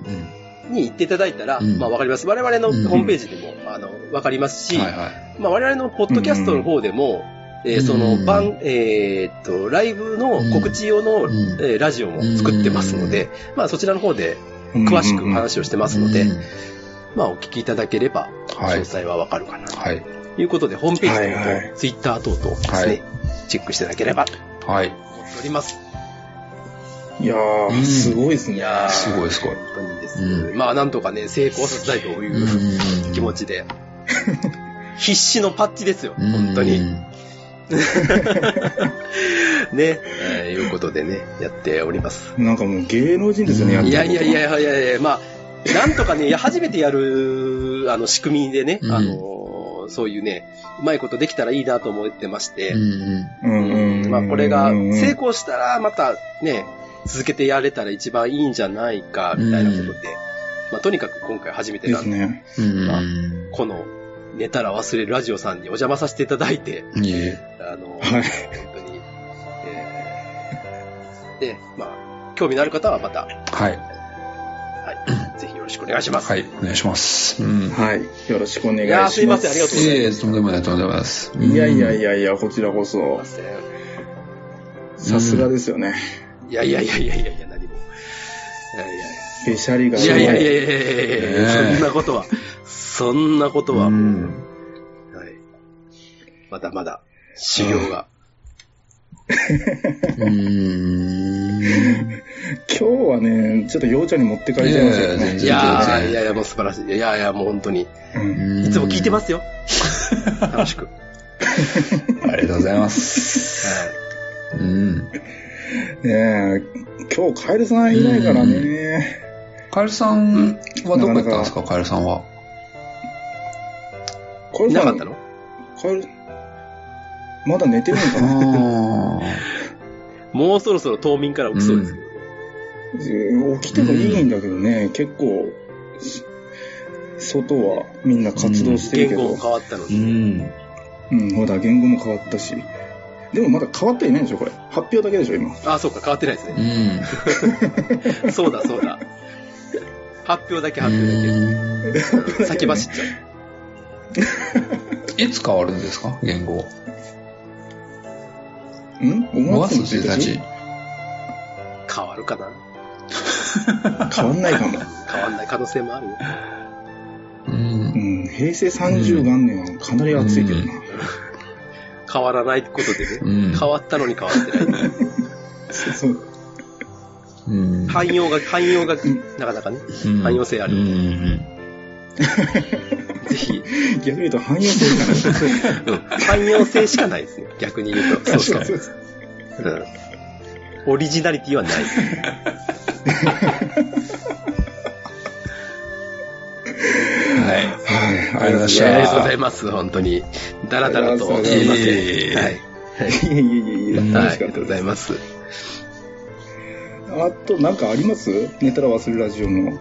Speaker 4: に行っていただいたら、
Speaker 2: うん
Speaker 4: まあ、わかります。我々の
Speaker 2: うん
Speaker 4: ホームページでも、あの、わかりますし、
Speaker 2: はいはい。
Speaker 4: まあ、我々のポッドキャストの方でも、えーその、
Speaker 2: うん
Speaker 4: 番、えーっと、ライブの告知用の、
Speaker 2: ん
Speaker 4: えーラジオも作ってますので、まあ、そちらの方で詳しく話をしてますので、
Speaker 2: うん
Speaker 4: まあ、お聞きいただければ、
Speaker 2: はい
Speaker 4: 詳細はわかるかな、
Speaker 2: はい。
Speaker 4: ということで、ホームページ等々、
Speaker 3: はいは
Speaker 4: ツイッター等々ですね、
Speaker 2: はい
Speaker 4: チェックしていただければと
Speaker 2: はい。
Speaker 4: 思っております。
Speaker 3: いやー、
Speaker 2: うん
Speaker 3: すごいですね。
Speaker 4: いやー
Speaker 2: すごいすごい
Speaker 4: 本当にです、
Speaker 2: う
Speaker 4: まあ、なんとかね、成功させたいといううん気持ちで、必死のパッチですよ、
Speaker 2: うん
Speaker 4: 本当に。
Speaker 2: う
Speaker 4: ね、
Speaker 2: ん
Speaker 4: えーいうことでね、やっております。
Speaker 3: なんかもう芸能人ですよね、
Speaker 2: うん
Speaker 4: い
Speaker 3: や
Speaker 4: や
Speaker 3: って
Speaker 4: い
Speaker 3: る
Speaker 4: や
Speaker 3: こと
Speaker 4: いやいやいやいや、まあ、なんとかね、いや初めてやる、あの、仕組みでね、
Speaker 2: うん
Speaker 4: あの、そういうね、うまいことできたらいいなと思ってまして、
Speaker 2: うん
Speaker 3: うんうんうん。
Speaker 4: まあ、これが
Speaker 3: うんうん
Speaker 4: 成功したら、またね、続けてやれたら一番いいんじゃないか、みたいなことで、
Speaker 2: うん
Speaker 4: まあ、とにかく今回初めて
Speaker 3: で
Speaker 4: なん
Speaker 3: す
Speaker 4: で、
Speaker 3: ね。
Speaker 2: うん
Speaker 4: この、寝たら忘れるラジオさんにお邪魔させていただいて、
Speaker 2: うん。いえ。
Speaker 4: あの、
Speaker 3: はい。
Speaker 4: 本当に、えーで、まあ、興味のある方はまた、
Speaker 2: はい。
Speaker 4: はい、ぜひよろしくお願いします。
Speaker 2: はい。お願いします。うん。
Speaker 3: はい。よろしくお願い
Speaker 4: い
Speaker 3: しま
Speaker 4: やー
Speaker 3: す。
Speaker 4: すいません、ありがとうござい
Speaker 2: ええ、とんでもないとんでもないです。うん
Speaker 3: いやいやい。やいや、こちらこそ
Speaker 4: ま、す。
Speaker 3: さすがですよね。
Speaker 4: いやいやいやいやいやいや、何も。いやいや
Speaker 3: べしゃりが。
Speaker 4: いやいやいや
Speaker 3: や。
Speaker 4: いやいやいやいや
Speaker 2: ねえ
Speaker 4: そんなことは、そんなことは、
Speaker 2: うん。
Speaker 4: はい、まだまだ修行が。
Speaker 2: うん。
Speaker 3: 今日はね、ちょっと陽ちゃんに持って帰っちゃいますよ
Speaker 2: いやいや
Speaker 3: ね。
Speaker 2: ん
Speaker 4: いや
Speaker 2: 全
Speaker 4: ー
Speaker 2: 然。
Speaker 4: いやいや、もう素晴らしい。いやいや、もう本当に。
Speaker 3: うん
Speaker 4: いつも聞いてますす よ。楽しく。は
Speaker 2: ありがとうございます。うん。
Speaker 3: ねえ、今日カエルさんいないからね。
Speaker 2: カエルさんはどこ行ったんですか、カエルさんは。
Speaker 3: カエ
Speaker 4: い。い
Speaker 3: ル
Speaker 4: な
Speaker 3: さ
Speaker 4: かっ
Speaker 3: ん
Speaker 4: た、の
Speaker 3: カエル、まだ寝てるの
Speaker 2: あ
Speaker 3: か な
Speaker 2: あ。
Speaker 4: もうそろそろ冬眠から起きそうですけど。
Speaker 3: 起きてもいいんだけどね、結構、し外はみんな活動してるけ
Speaker 4: 言語
Speaker 3: ど
Speaker 4: も、変わったの
Speaker 2: う
Speaker 4: で。
Speaker 2: ん。
Speaker 3: うん、ほら、言語も変わったし、でもまだ変わってはいないでしょ、これ。発表だけでしょ、今。
Speaker 4: あ、そうか、変わってないです
Speaker 2: う
Speaker 4: ね。
Speaker 2: ん。
Speaker 4: そうだ、そうだ。発表だけ、発表
Speaker 2: う
Speaker 4: だけ。先走っちゃう。
Speaker 2: んいつ変わるんですか言語。
Speaker 3: ん ?5
Speaker 2: 5
Speaker 3: 月
Speaker 2: 月
Speaker 3: の
Speaker 2: 1
Speaker 3: 1日
Speaker 2: 日。
Speaker 4: 変わるかな。
Speaker 3: 変わんないか も。
Speaker 4: 変わんない可能性もあるよ。
Speaker 2: う。
Speaker 3: うんん、平成30元年はかなり暑いけどな。
Speaker 4: 変わらないことでね。
Speaker 2: うん。
Speaker 4: 変わったのに変わってない。
Speaker 3: そうそう。
Speaker 2: うん。
Speaker 4: 汎用が、汎用が、なかなかね、
Speaker 2: うん
Speaker 4: 汎用性ある
Speaker 2: うんうん
Speaker 4: ぜひ、
Speaker 3: 逆に言うと汎用性かな。
Speaker 4: うん汎用性しかないですね。逆に言う と。
Speaker 3: そううそう
Speaker 4: うんオリジナリティはない。
Speaker 2: うんはい。
Speaker 3: はい、
Speaker 2: あ
Speaker 3: あり
Speaker 2: り
Speaker 3: がとうござ
Speaker 2: が
Speaker 3: い
Speaker 2: とうござい
Speaker 3: ま
Speaker 2: ま
Speaker 3: し。
Speaker 2: したた
Speaker 4: ありがとうございます、本当に。だらだらと。
Speaker 3: ありがとうござ
Speaker 2: います
Speaker 4: すいませんは
Speaker 3: い
Speaker 4: い。
Speaker 3: やいやいやいや、
Speaker 4: はい、
Speaker 3: 楽
Speaker 4: あ
Speaker 3: しか
Speaker 4: り
Speaker 3: った
Speaker 4: がとう
Speaker 3: で
Speaker 4: ござい
Speaker 3: す。
Speaker 4: ます。
Speaker 3: あと、なんかあります寝たら忘れるラジオの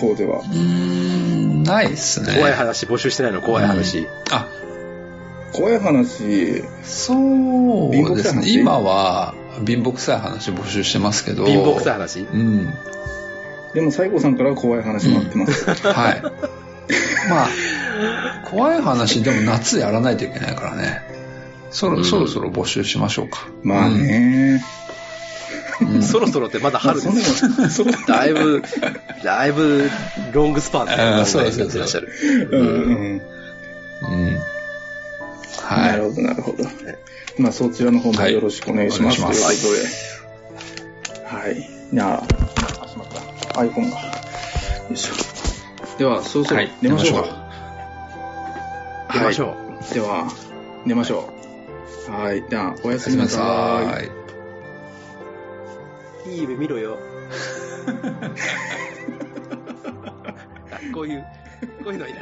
Speaker 3: 方では。
Speaker 2: うーん、ないっすね。
Speaker 4: 怖い話、募集してないの怖い話。
Speaker 2: あ、
Speaker 3: 怖い話、
Speaker 2: そうです
Speaker 3: 貧乏臭い
Speaker 2: ね。
Speaker 3: 話
Speaker 2: 今は、貧乏臭い話募集してますけど。
Speaker 4: 貧乏臭い話
Speaker 2: うん。
Speaker 3: でも西郷さんからは怖い話待ってます。
Speaker 2: はい。まあ、怖い話でも夏やらないといけないからね。そろ,、
Speaker 4: うん
Speaker 2: そろそろ募集しましょうか。
Speaker 3: まあね。
Speaker 2: うん。うん
Speaker 4: そろそろってまだ春
Speaker 3: そ
Speaker 4: で
Speaker 3: んなもん
Speaker 4: す。
Speaker 3: そ んな
Speaker 4: だいぶ、だいぶ、ロングスパンで
Speaker 2: うんそうです
Speaker 4: 考えてらっしゃる。
Speaker 3: もんうんうん。
Speaker 2: うん
Speaker 3: な
Speaker 2: はい。
Speaker 3: るほど、なるほど。まあ、そちらの方もよろしくお願いします。
Speaker 2: はいお願いします
Speaker 3: ということではい。じゃあ、あしまった。iPhone が。よいしょ。では、そろそろ
Speaker 2: はい
Speaker 3: 寝ましょうか。
Speaker 4: 出まし
Speaker 3: う。
Speaker 4: ょ
Speaker 3: では、寝ましょう。はい。じゃあ、おや
Speaker 2: おやす
Speaker 3: すみ
Speaker 2: み
Speaker 3: な
Speaker 2: な
Speaker 3: さい
Speaker 2: さ。い。
Speaker 4: う。いい夢見ろ よ。あこういう、こういうのはいらない。いらない。